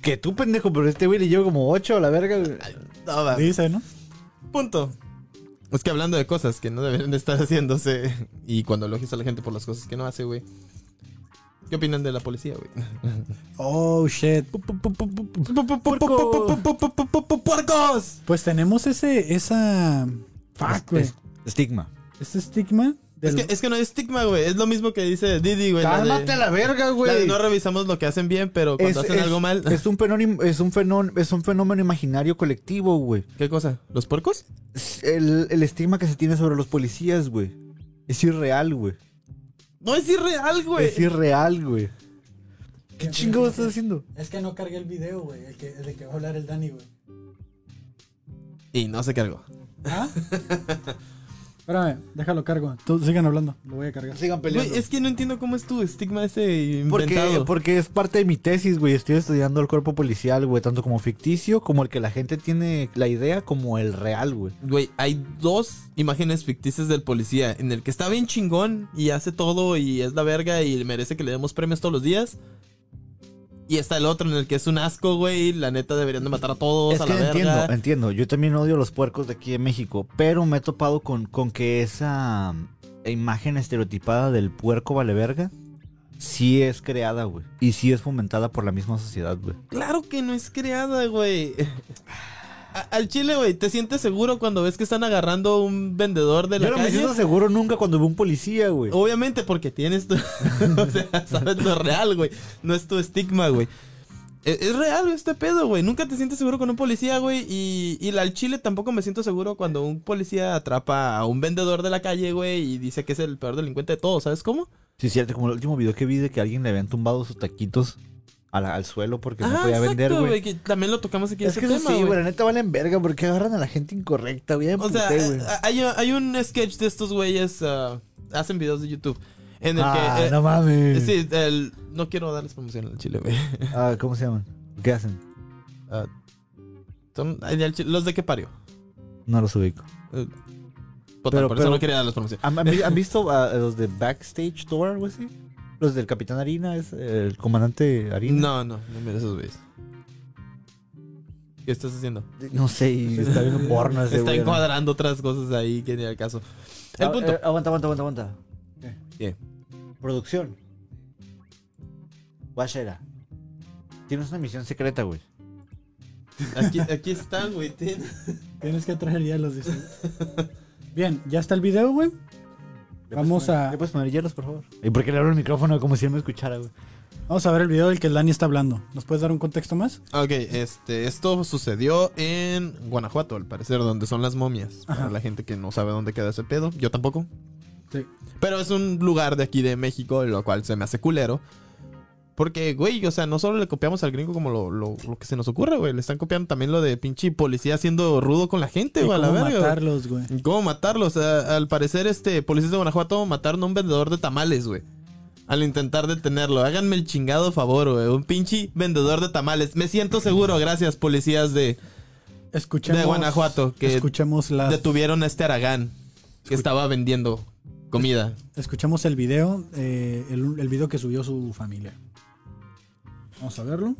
que tú, pendejo, pero este güey le llevo como 8 a la verga. güey. No, va. Dice, ¿no? Punto. Es que hablando de cosas que no deberían de estar haciéndose y cuando elogias a la gente por las cosas que no hace, güey. ¿Qué opinan de la policía, güey? Oh shit. ¡Puercos! Pues tenemos ese, esa. Fuck, güey. Es- este, Estigma. Ese estigma. Es Del... que, es que no hay estigma, güey. Es lo mismo que dice Didi, güey. la de- Cálmate a la verga, la de güey. no revisamos lo que hacen bien, pero cuando hacen algo mal. es un fenómeno, es un fenómeno, es un fenómeno imaginario colectivo, güey. ¿Qué cosa? ¿Los puercos? El, el estigma que se tiene sobre los policías, güey. Es irreal, güey. No es irreal, güey. Es irreal, güey. ¿Qué chingo estás haciendo? Es que no cargué el video, güey. El, que, el de que va a hablar el Dani, güey. Y no se cargó. ¿Ah? Espérame, déjalo cargo. Tú- sigan hablando. Lo voy a cargar. Sigan Güey, peleando. es que no entiendo cómo es tu estigma ese Porque, inventado. porque es parte de mi tesis, güey. Estoy estudiando el cuerpo policial, güey. Tanto como ficticio, como el que la gente tiene la idea, como el real, güey. Güey, hay dos imágenes ficticias del policía. En el que está bien chingón y hace todo y es la verga y merece que le demos premios todos los días. Y está el otro en el que es un asco, güey. La neta deberían de matar a todos Es a que la verga. entiendo, entiendo. Yo también odio los puercos de aquí de México, pero me he topado con, con que esa mm, imagen estereotipada del puerco vale verga sí es creada, güey. Y sí es fomentada por la misma sociedad, güey. Claro que no es creada, güey. A- Al chile, güey, ¿te sientes seguro cuando ves que están agarrando un vendedor de la Yo no me calle? siento seguro nunca cuando veo un policía, güey. Obviamente porque tienes tu... o sea, sabes lo real, güey. No es tu estigma, güey. E- Es, real este pedo, güey. Nunca te sientes seguro con un policía, güey. Y, y la- al chile tampoco me siento seguro cuando un policía atrapa a un vendedor de la calle, güey, y dice que es el peor delincuente de todos. ¿Sabes cómo? Sí, es cierto, como el último video que vi de que alguien le habían tumbado sus taquitos a la- al suelo porque no Ah, podía vender, güey. que También lo tocamos aquí Es ese que eso tema, sí, güey. güey, la neta valen verga porque agarran a la gente incorrecta, güey. Ya me O sea, emputé, güey. eh, hay, hay un sketch de estos güeyes. ah, hacen videos de YouTube. En el Ah, que. eh, no mames. Sí, el- no quiero darles promoción al chile, güey. Ah, ¿Cómo se llaman? ¿Qué hacen? Ah, son- ay, al chile, los de qué parió. No los ubico. Eh, puta, Pero- por eso pero- no quería darles promoción. ¿Han, han vi- han visto a, a los de Backstage Door o algo así? Los del Capitán Harina, es eh, el comandante Harina. No, no, no mira esos güeyes. ¿Qué estás haciendo? No sé, y está viendo porno ese Está güey, ¿no? encuadrando otras cosas ahí que ni al caso. El Ah, punto. eh, aguanta, aguanta, aguanta, aguanta. ¿Qué? Producción. Bachera. Tienes una misión secreta, güey. Aquí, aquí están, güey. ten. Tienes que traer hielos, dice. Bien, ya está el video, güey. ¿Le Vamos puedes poner- a- ¿Le puedes poner hielos, por favor? ¿Y por qué le abro el micrófono como si él me escuchara, güey? Vamos a ver el video del que el Dani está hablando. ¿Nos puedes dar un contexto más? Ok, este, esto sucedió en Guanajuato, al parecer, donde son las momias. Ajá. Para la gente que no sabe dónde queda ese pedo, yo tampoco. Sí. Pero es un lugar de aquí de México, lo cual se me hace culero. Porque, güey, o sea, no solo le copiamos al gringo como lo, lo- lo que se nos ocurre, güey. Le están copiando también lo de pinche policía siendo rudo con la gente, ¿Y güey, a la cómo verga. güey. matarlos, güey? ¿Cómo matarlos? A- al parecer, este, policías de Guanajuato mataron a un vendedor de tamales, güey. Al intentar detenerlo. Háganme el chingado favor, güey. Un pinche vendedor de tamales. Me siento seguro, gracias, policías de... Escuchemos. De Guanajuato, que escuchemos las. Detuvieron a este Aragán, que estaba vendiendo comida. Escuchamos el video, eh, el, el video que subió su familia. Vamos a verlo.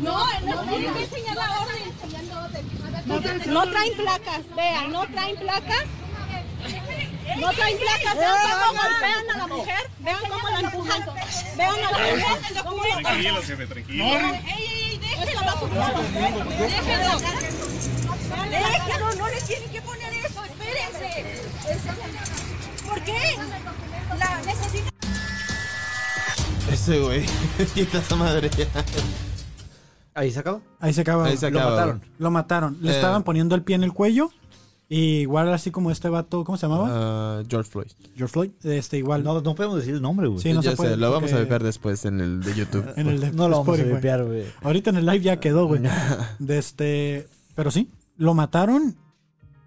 No, no tienen que enseñar la orden. No traen placas, vean, no traen placas. No traen placas, vean cómo golpean a la mujer, vean cómo la empujan. Vean a la mujer, cómo la empujan. Ey, ey, ey, déjenlo a su lado, déjenlo. Déjenlo, no le tienen que poner eso, espérense. ¿Por qué? La necesitan. Ese güey. Quita esa madre. Ahí se acaba. Ahí se acaba. Ahí se Lo acaba, mataron. güey. Lo mataron. Le Eh. estaban poniendo el pie en el cuello. Y igual así como este vato, ¿cómo se llamaba? Ah, George Floyd. George Floyd. Este igual. No, no podemos decir el nombre, güey. Sí, no ya se sé, puede, lo vamos a porque- ver después en el de YouTube. En el de No lo vamos a Spotify. limpiar, güey. Ahorita en el live ya quedó, güey. De este, pero sí, lo mataron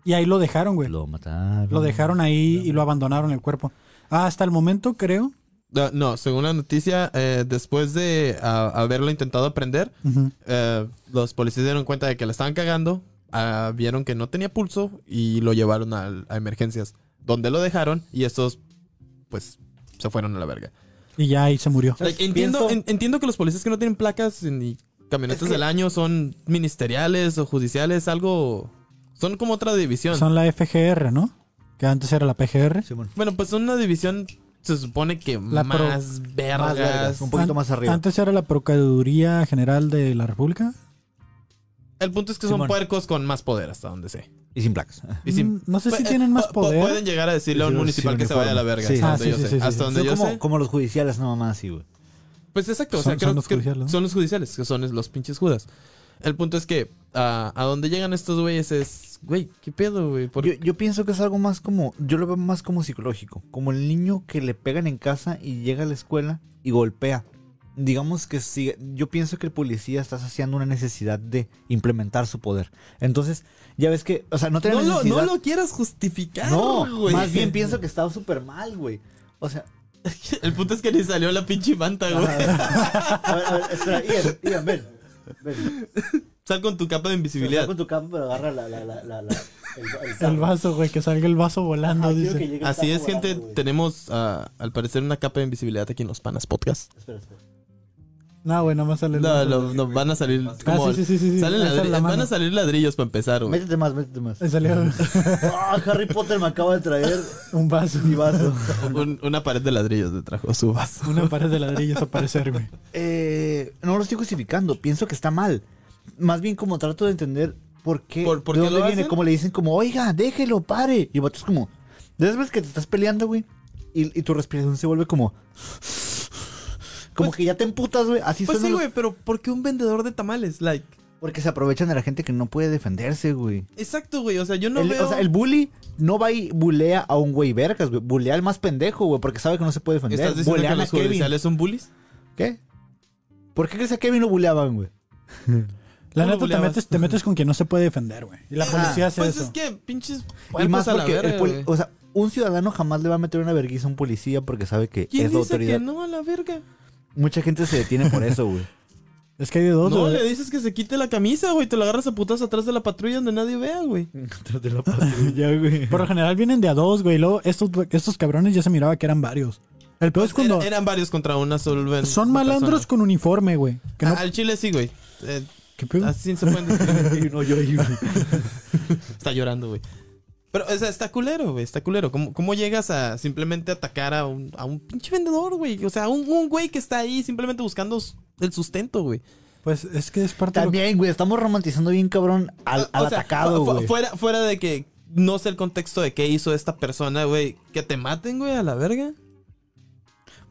y ahí lo dejaron, güey. Lo mataron. Lo dejaron ahí y lo abandonaron el cuerpo. Ah, hasta el momento creo. No, Ah, no, según la noticia, eh, después de ah, haberlo intentado aprender, Ujú. eh, los policías dieron cuenta de que la estaban cagando, ah, vieron que no tenía pulso y lo llevaron al- a, emergencias, donde lo dejaron y estos, pues, se fueron a la verga. Y ya ahí se murió. Like, entiendo, pienso- en- entiendo que los policías que no tienen placas ni camionetas Es que- del año son ministeriales o judiciales, algo... Son como otra división. Son la FGR, ¿no? Que antes era la PGR. Simón. Bueno, pues son una división, se supone que La pro- más vergas. Más vergas, un poquito An- más arriba. Antes era la Procuraduría General de la República. El punto es que son Simón. puercos con más poder, hasta donde sé. Y sin placas. Y Pues, si- Mm, No sé si pu- tienen más pu- pu- poder. eh, Pueden llegar a decirle a un Sí, municipal sin que se vaya a la verga. uniforme. Sí. Hasta Ah, sí, donde yo sí, sé. sí, sí, Hasta sí. donde Son yo como, sé. como los judiciales, no mamá, así, güey. Pues exacto. o Son- sea, creo son los que judiciales, ¿no? son los judiciales, que son los pinches judas. El punto es que ah, a donde llegan estos güeyes es, güey, ¿qué pedo, güey? ¿Por Yo, yo pienso que es algo más como, yo lo veo más como psicológico, como el niño que le pegan en casa y llega a la escuela y golpea. Digamos que si, yo pienso que el policía está haciendo una necesidad de implementar su poder. Entonces, ya ves que, o sea, no tiene no, lo, necesidad. no lo quieras justificar, No, güey. más bien pienso que estaba súper mal, güey. O sea, El punto es que ni salió la pinche manta, güey. a ver, a ver, espera, Ian, Ian, ven. Ven. Sal con tu capa de invisibilidad. Con tu campo, pero agarra la, la, la, la, la- el, El vaso. vaso, güey, que salga el vaso volando, Ajá, quiero que dice. llegue el Así saco es, gente. volando, güey. Tenemos, ah, al parecer, una capa de invisibilidad aquí en los Panas Podcast. Espera, espera. No, güey, nada más sale el No, vaso. no, no, van a salir. Como, Ah, sí, sí, sí, sí, sí. salen Esa es ladri- la mano. van a salir ladrillos para empezar, güey. Métete más, métete más. Ahí salió Ah, Harry Potter me acaba de traer un vaso. mi vaso. Un- una pared de ladrillos le trajo su vaso. Una pared de ladrillos a parecer, güey. Eh, no lo estoy justificando, pienso que está mal. Más bien como trato de entender por qué, ¿Por- por de qué dónde lo viene, hacen? como le dicen como, oiga, déjelo, pare. Y es como, después que te estás peleando, güey, y, y tu respiración se vuelve como... Como que ya te emputas, güey. Así Pues son sí, los- güey, pero ¿por qué un vendedor de tamales? Like, Porque se aprovechan de la gente que no puede defenderse, güey. exacto, güey. O sea, yo no El- veo. O sea, el bully no va y bulea a un güey vergas, güey. Bulea al más pendejo, güey, porque sabe que no se puede defender. ¿Estás diciendo que Bulean a los Kevin. judiciales son bullies? ¿Qué? ¿Por qué crees que a Kevin lo buleaban, güey? La ¿Cómo neta, te buleabas? metes, te metes con quien no se puede defender, güey. Y la Ah, policía hace Pues eso. es que pinches. Y puercos más a la porque, el verga, poli- güey. o sea, un ciudadano jamás le va a meter una vergüenza a un policía porque sabe que ¿Quién es la dice autoridad. que no a la verga? Mucha gente se detiene por eso, güey. Es que hay de dos, No, güey. le dices que se quite la camisa, güey. Te la agarras a putas atrás de la patrulla donde nadie vea, güey. Por lo general vienen de a dos, güey. Luego, estos, estos cabrones ya se miraba que eran varios. El peor es cuando Pues Era- eran varios contra una Ah, solo. son malandros con uniforme, güey. Que no- Al chile sí, güey. Eh, ¿Qué pedo? así se pueden describir. No, yo ahí, güey. Está llorando, güey. Pero, o sea, está culero, güey. Está culero. ¿Cómo, cómo llegas a simplemente atacar a un, a un pinche vendedor, güey? O sea, un, un güey que está ahí simplemente buscando s- el sustento, güey. Pues es que es parte de lo que- También, güey, estamos romantizando bien cabrón al, O al sea, atacado, fu- güey. Fuera, fuera de que no sé el contexto de qué hizo esta persona, güey. Que te maten, güey, a la verga.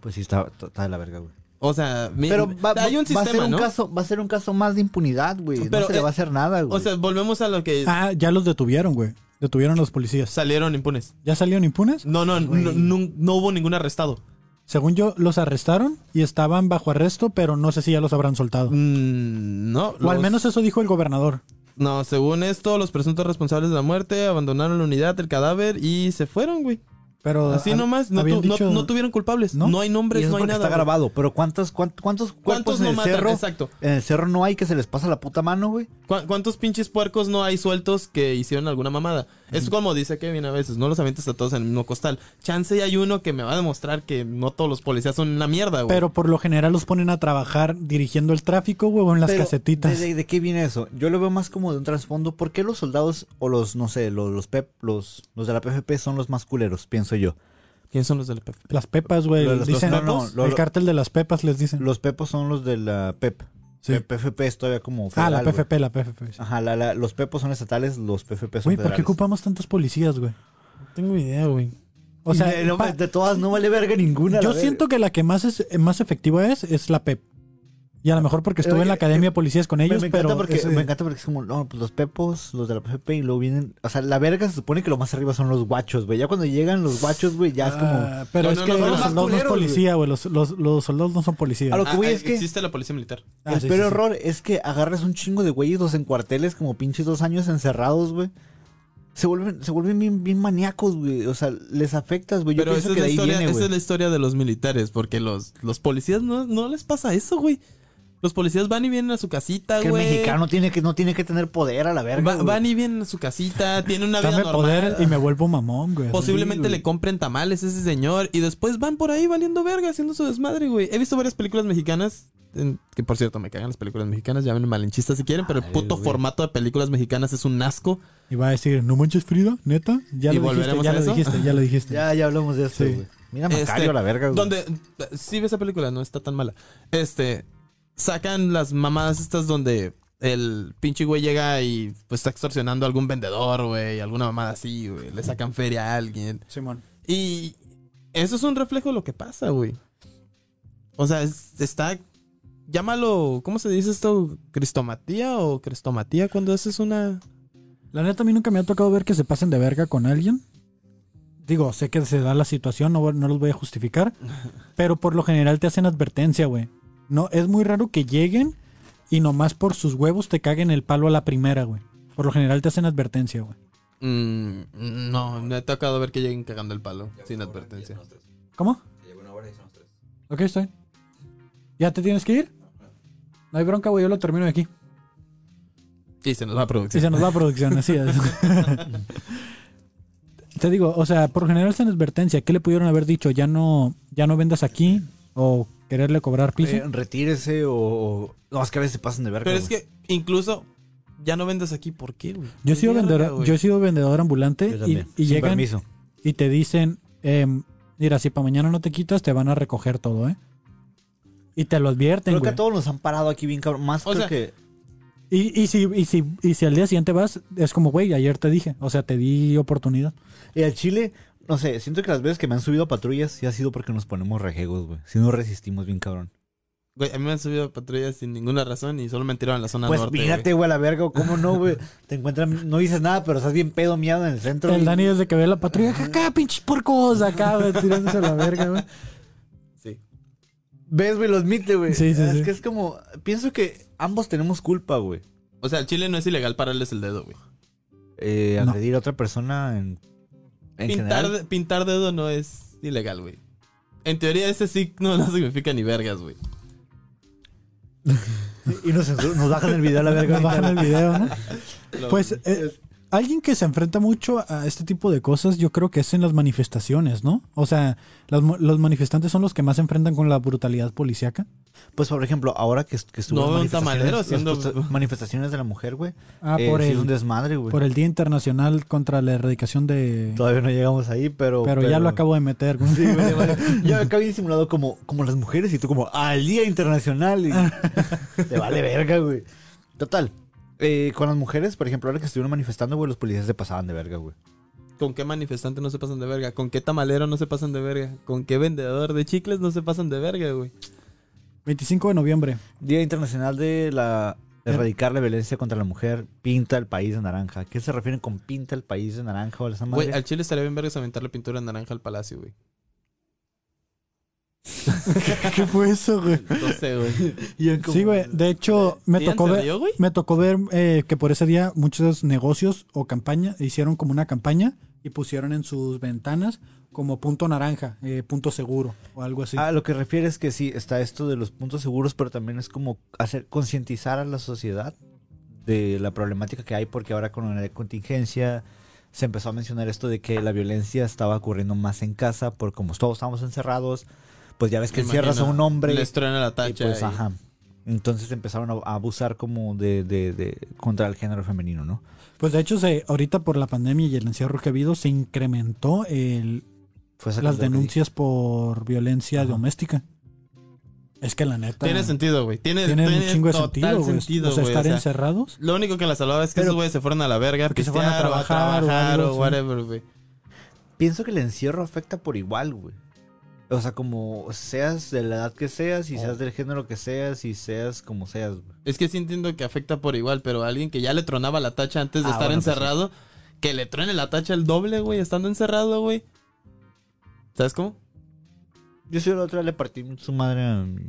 Pues sí, está, está de la verga, güey. O sea, mi- Pero va, hay un va sistema, a ser un ¿no? caso, va a ser un caso más de impunidad, güey. No Pero, se le eh, va a hacer nada, güey. O sea, volvemos a lo que Ah, ya los detuvieron, güey. Detuvieron a los policías. salieron impunes. ¿Ya salieron impunes? No, no, no, no, no hubo ningún arrestado. Según yo, los arrestaron y estaban bajo arresto, pero no sé si ya los habrán soltado. Mm, no. O al los- menos eso dijo el gobernador. No, según esto, los presuntos responsables de la muerte abandonaron la unidad, el cadáver y se fueron, güey. Ah, Pero Así hab- nomás, no, habían tu- no- dicho- no tuvieron culpables. ¿No? No, hay Y nombres, eso no es hay porque nada. está güey. grabado, pero ¿cuántos, cuan- cuántos cuerpos ¿Cuántos en no el matan? cerro? Exacto. En el cerro no hay que se les pasa la puta mano, güey. ¿Cu- ¿Cuántos pinches puercos no hay sueltos que hicieron alguna mamada? Es como dice Kevin a veces, no los avientes a todos en el mismo costal. Chance y hay uno que me va a demostrar que no todos los policías son una mierda, güey. Pero por lo general los ponen a trabajar dirigiendo el tráfico, güey, o en las Pero, casetitas. ¿de, de, de qué viene eso? Yo lo veo más como de un trasfondo. ¿Por qué los soldados o los, no sé, los, los, pep, los, los de la PFP son los más culeros, pienso yo? ¿Quiénes son los del PEP? Las pepas, güey. Lo de los- Dicen, los- no, no, lo- el lo- cártel de las pepas les dicen. Los pepos son los de la E PEP. Sí. Pe- PFP es todavía como ah, federal, la güey. PFP, la PFP. sí. Ajá, la- la- los pepos son estatales, Ah, los PFP son Güey, ¿por qué federales. ocupamos tantos policías, güey? No tengo idea, güey. O sea, de, no, pa- de todas no vale verga ninguna. yo siento que la que más es más efectiva es, es la PEP. Y a lo mejor porque estuve en la Oye, academia de policías con que ellos, me, encanta pero. porque, eh, ese- me encanta porque es como, no, pues los pepos, los de la PFP y luego vienen... O sea, la verga se supone que lo más arriba son los guachos, güey. Ya cuando llegan los guachos, güey, ya es como... Ah, pero No, es no, que no, no, los más soldados no es culeros, güey. policía, güey. Los, los, los soldados no son policías. A lo que voy es que... Ah, Existe la policía militar. Ah, el sí, peor sí, sí. error es que agarras un chingo de güeyes los en cuarteles como pinches dos años encerrados, güey. Se vuelven, se vuelven bien, bien maníacos, güey. O sea, les afectas, güey. Yo Pero esa pienso es, que de la ahí historia, viene, esa es la güey. historia de los militares, porque los, los policías no, no les pasa eso, güey. Los policías van y vienen a su casita, Es que el güey. mexicano tiene que, no tiene que tener poder a la verga, Va- güey. van y vienen a su casita, tienen una vida Dame normal. Pues poder y me vuelvo mamón, güey. Posiblemente Sí, güey. le compren tamales a ese señor y después van por ahí valiendo verga, haciendo su desmadre, güey. He visto varias películas mexicanas. en- que por cierto, me cagan las películas mexicanas, llamen malinchistas si quieren, pero el puto formato de películas mexicanas es un asco. Y va a decir, no manches Frida, neta. Ya ¿Y lo dijiste, volveremos ya a lo eso? dijiste, ya lo dijiste. Ya, ya hablamos de esto, Sí. güey. Mira Macario Este, a la verga, güey. Eh, Donde. Sí, ve esa película, no está tan mala. Este. Sacan las mamadas estas donde el pinche güey llega y pues está extorsionando a algún vendedor, güey, alguna mamada así, güey. Le sacan feria a alguien. Simón. Y eso es un reflejo de lo que pasa, güey. O sea, es- está llámalo, ¿cómo se dice esto? ¿Cristomatía o crestomatía? Cuando haces una... La neta, a mí nunca me ha tocado ver que se pasen de verga con alguien. Digo, sé que se da la situación, no, voy- no los voy a justificar. pero por lo general te hacen advertencia, güey. No, es muy raro que lleguen y nomás por sus huevos te caguen el palo a la primera, güey. Por lo general te hacen advertencia, güey. Mm, no, me ha tocado ver que lleguen cagando el palo, sin advertencia. ¿Cómo? Ok, estoy. ¿Ya te tienes que ir? No hay bronca, güey, yo lo termino de aquí. Y se nos va a Si producir. se nos va producción, así es. Te digo, o sea, por lo general es en advertencia. ¿Qué le pudieron haber dicho? Ya no, ya no vendas aquí o quererle cobrar piso. Eh, retírese o, o- No, es que a veces se pasan de verga. Pero es güey. que incluso ya no vendes aquí, ¿por qué, güey? yo he sido Verga, vendedor, güey. yo he sido vendedor ambulante Yo y, también. y Sin llegan permiso. y te dicen, em, mira, si para mañana no te quitas, te van a recoger todo, ¿eh? Y te lo advierten, Creo que güey. a todos nos han parado aquí bien cabrón. Más O creo sea, que. Y, y si, y, si, y si al día siguiente vas, es como, güey, ayer te dije. O sea, te di oportunidad. Y al Chile, no sé, siento que las veces que me han subido a patrullas sí ha sido porque nos ponemos rejegos, güey. Si no resistimos bien cabrón. Güey, a mí me han subido a patrullas sin ninguna razón y solo me tiraron a la zona pues norte. fíjate, güey, a la verga, o ¿cómo no, güey? Te encuentran, no dices nada, pero estás bien pedo miado en el centro. El y- Dani desde que ve la patrulla, acá, pinches puercos, acá, güey, tirándose a la verga, güey. Sí. Ves, güey, los mite, güey. Sí, sí, es sí. que es como. Pienso que ambos tenemos culpa, güey. O sea, al chile no es ilegal pararles el dedo, güey. Eh, No. Agredir a otra persona en. En Pintar, general. de- pintar dedo no es ilegal, güey. En teoría ese signo no significa ni vergas, güey. Y nos, censur- nos bajan el video a la verga. Nos bajan el video, ¿no? Lo- Pues eh, alguien que se enfrenta mucho a este tipo de cosas, yo creo que es en las manifestaciones, ¿no? O sea, las mo- los manifestantes son los que más se enfrentan con la brutalidad policíaca. Pues, por ejemplo, ahora que, est- que estuvo No las veo un tamalero las haciendo- prote- manifestaciones de la mujer, güey. Ah, eh, por, sí el, es un desmadre, güey. por el Día Internacional contra la Erradicación de... Todavía no llegamos ahí, pero... pero, ya lo acabo de meter. güey. Sí, güey, vale. Yo acá había simulado como, como las mujeres y tú como al Día Internacional. y- te vale verga, güey. Total. eh, con las mujeres, por ejemplo, ahora que estuvieron manifestando, güey, los policías se pasaban de verga, güey. ¿Con qué manifestante no se pasan de verga? ¿Con qué tamalero no se pasan de verga? ¿Con qué vendedor de chicles no se pasan de verga, güey? 25 de noviembre. Día Internacional de la... de Erradicar la violencia contra la mujer, pinta el país de naranja. ¿A ¿Qué se refieren con pinta el país de naranja o esa madre? Güey, al chile estaría bien vergas aventarle pintura naranja al palacio, güey. ¿Qué fue eso, güey? No sé, güey. Sí, güey. De hecho, me ¿Sí, tocó en ver, serio, güey? me tocó ver eh, que por ese día muchos negocios o campaña hicieron como una campaña y pusieron en sus ventanas como punto naranja, eh, punto seguro o algo así. Ah, lo que refiere es que sí, está esto de los puntos seguros, pero también es como hacer concientizar a la sociedad de la problemática que hay, porque ahora con la contingencia se empezó a mencionar esto de que la violencia estaba ocurriendo más en casa, porque como todos estábamos encerrados, pues ya ves que Me encierras a imagino, un hombre. Les truena la y tacha. pues, y- ajá. Entonces empezaron a a abusar como de, de, de- contra el género femenino, ¿no? Pues de hecho, se, ahorita por la pandemia y el encierro que ha habido, se incrementó el, Fue esa las cosa que denuncias por violencia Ajá. doméstica. Es que la neta. Tiene sentido, güey. Tiene, tiene un tiene chingo de total sentido, güey. sentido, o sea, güey, estar o sea, encerrados. Lo único que la salvaba es que Pero- esos güeyes se fueron a la verga, que se fueron a pistear o trabajar o trabajar algo o así. whatever, güey. di- Pienso que el encierro afecta por igual, güey. O sea, como seas de la edad que seas y seas del género que seas y seas como seas, güey. Es que sí entiendo que afecta por igual, pero a alguien que ya le tronaba la tacha antes de Ah, estar bueno, pues sí. encerrado, que le truene la tacha el doble, güey, estando encerrado, güey. ¿Sabes cómo? Yo soy la otra, le partí su madre a mi...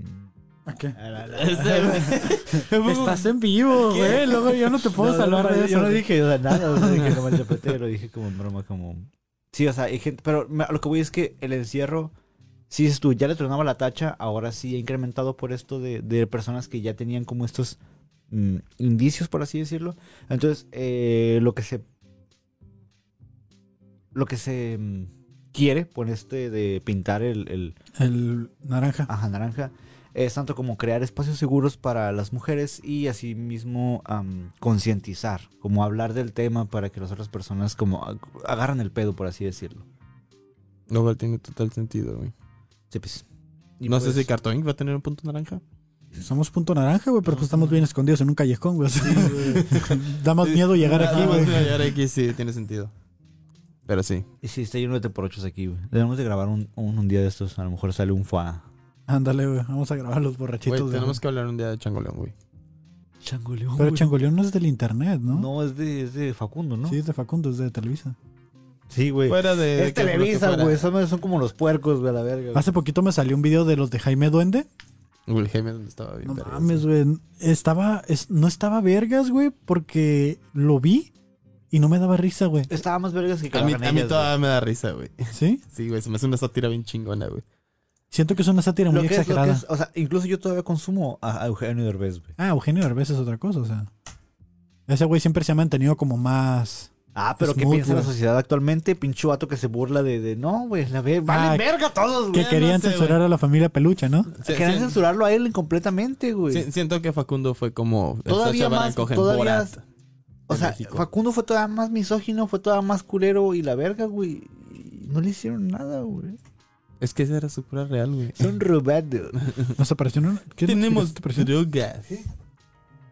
¿A qué? a la- la- Ese, güey. Estás en vivo, güey. Luego yo no te puedo No, no, salvar no, de yo- eso. Yo no güey. dije o sea, nada, o sea, dije, lo malinterpreté, lo dije como en broma, como... Sí, o sea, hay gente... Pero me- a lo que voy es que el encierro... Si dices tú, ya le tronaba la tacha, ahora sí ha incrementado por esto de, de personas que ya tenían como estos mm, indicios, por así decirlo. Entonces, eh, lo que se... Lo que se mm, quiere con este de pintar el- el, El naranja. Ajá, naranja. Es tanto como crear espacios seguros para las mujeres y asimismo am, concientizar, como hablar del tema para que las otras personas como ag- agarran el pedo, por así decirlo. No, güey, tiene total sentido, güey. Sí, pues. Y No pues, sé si Cartoon va a tener un punto naranja. Somos punto naranja, güey, pero pues estamos bien escondidos en un callejón, güey. da más miedo llegar Nada aquí, más güey. que Llegar aquí sí tiene sentido. Pero sí. Y sí, está lleno de teporochos aquí, güey. Debemos de grabar un, un, un día de estos, a lo mejor sale un foie. Ándale, güey. Vamos a grabar los borrachitos. Güey, güey. tenemos que hablar un día de Changoleón, güey. Changoleón. Pero güey. Changoleón no es del internet, ¿no? No, es de, es de Facundo, ¿no? Sí, es de Facundo, es de Televisa. Sí, güey. Fuera de. Pues, es Eh, que lo que Televisa, fuera. güey. Son, son como los puercos, güey, a la verga. güey. Hace poquito me salió un video de los de Jaime Duende. Güey, el Jaime donde estaba bien. No verga, mames, sí. güey. Estaba, es- no estaba vergas, güey, porque lo vi y no me daba risa, güey. Estaba más vergas que A mí, a mí Carracanillas, todavía me da risa, güey. ¿Sí? Sí, güey, se me hace una sátira bien chingona, güey. Siento que es una sátira güey. Lo muy que es, lo que exagerada. es, o sea, incluso yo todavía consumo a, a Eugenio Derbez, güey. Ah, Eugenio Derbez es otra cosa, o sea. Ese güey siempre se ha mantenido como más. Ah, pero ¿qué Smooth, piensa la güey. sociedad actualmente? Pincho vato que se burla de, de no, güey, la ve, valen Ah, verga todos, Que güey. no querían sé, güey. censurar a la familia pelucha, ¿no? Sí, Querían sí, censurarlo a él completamente, güey. sí, siento que Facundo fue como. el Pues. Todavía Sacha Baron más, Cohen todavía- Borat o de sea, México. Facundo fue todavía más misógino, fue todavía más culero y la verga, güey. Y No le hicieron nada, güey. Es que esa era su cura real, güey. Son robados. Nos apareció una. ¿Qué Tenemos te apareció? drogas.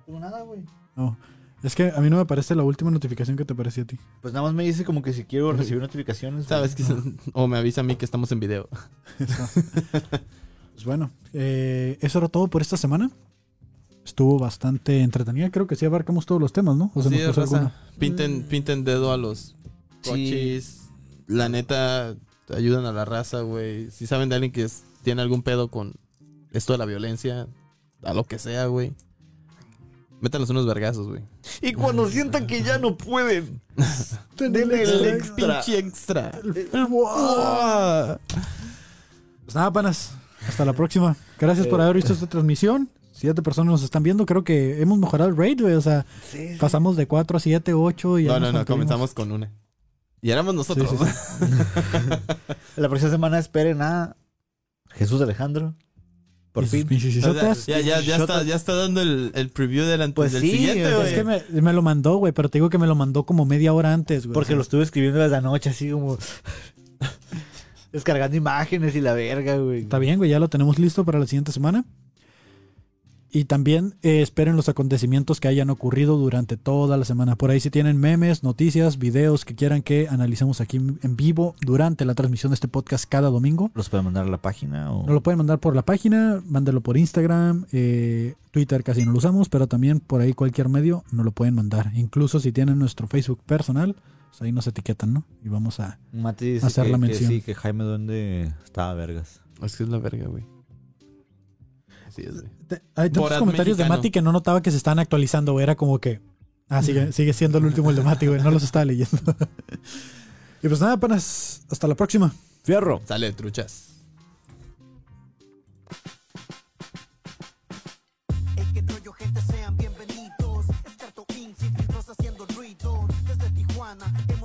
nada, güey. No. Es que a mí no me aparece la última notificación que te apareció a ti. Pues nada más me dice como que si quiero recibir notificaciones. güey. Sabes que son- o me avisa a mí que estamos en video. Pues bueno, eh, eso era todo por esta semana. Estuvo bastante entretenida. Creo que sí abarcamos todos los temas, ¿no? O se Sí, nos pasó raza, alguno. Pinten, pinten dedo a los Sí. coches. La neta, ayudan a la raza, güey. Si saben de alguien que es- tiene algún pedo con esto de la violencia, a lo que sea, güey. Métanlos unos vergazos, güey. Y cuando sientan que ya no pueden, denle el extra. Pinche extra. Pues nada, panas. Hasta la próxima. Gracias Eh. por haber visto esta transmisión. Siete personas nos están viendo. Creo que hemos mejorado el rate, güey. O sea, Sí, sí. pasamos de 4 a 7, 8 y ya No, nos no, no, mantuvimos. comenzamos con una. Y éramos Sí, nosotros. sí, sí. La próxima semana esperen a Jesús Alejandro. Por Y sus fin. pinches O sea, chichotas. ya, ya, ya, está, ya está dando el, el preview del, ante- Pues del sí, siguiente, es güey. Es que me, me lo mandó, güey, pero te digo que me lo mandó como media hora antes, güey. Porque O lo sea, estuve escribiendo desde anoche, así como. descargando imágenes y la verga, güey. Está bien, güey, ya lo tenemos listo para la siguiente semana. Y también eh, esperen los acontecimientos que hayan ocurrido durante toda la semana. Por ahí si tienen memes, noticias, videos que quieran que analicemos aquí en vivo durante la transmisión de este podcast cada domingo. ¿Los pueden mandar a la página? O... Nos lo pueden mandar por la página, mándelo por Instagram, eh, Twitter casi no lo usamos, pero también por ahí cualquier medio nos lo pueden mandar. Incluso si tienen nuestro Facebook personal, pues ahí nos etiquetan, ¿no? Y vamos a... Mati dice Hacer que, la que mención. sí, que Jaime Duende estaba vergas. Es que es la verga, güey. Así es, güey. Te- Hay tantos Borat comentarios de mexicano. Mati que no notaba que se estaban actualizando, güey. Era como que. Ah, sigue, sigue siendo el último el de Mati, güey. No los estaba leyendo. y pues nada, apenas. Hasta la próxima. ¡Fierro! Sale, truchas. Ey, qué rollo, gente, sean bienvenidos. Es Carto Inc. sin filtros haciendo ruido. Desde Tijuana hemos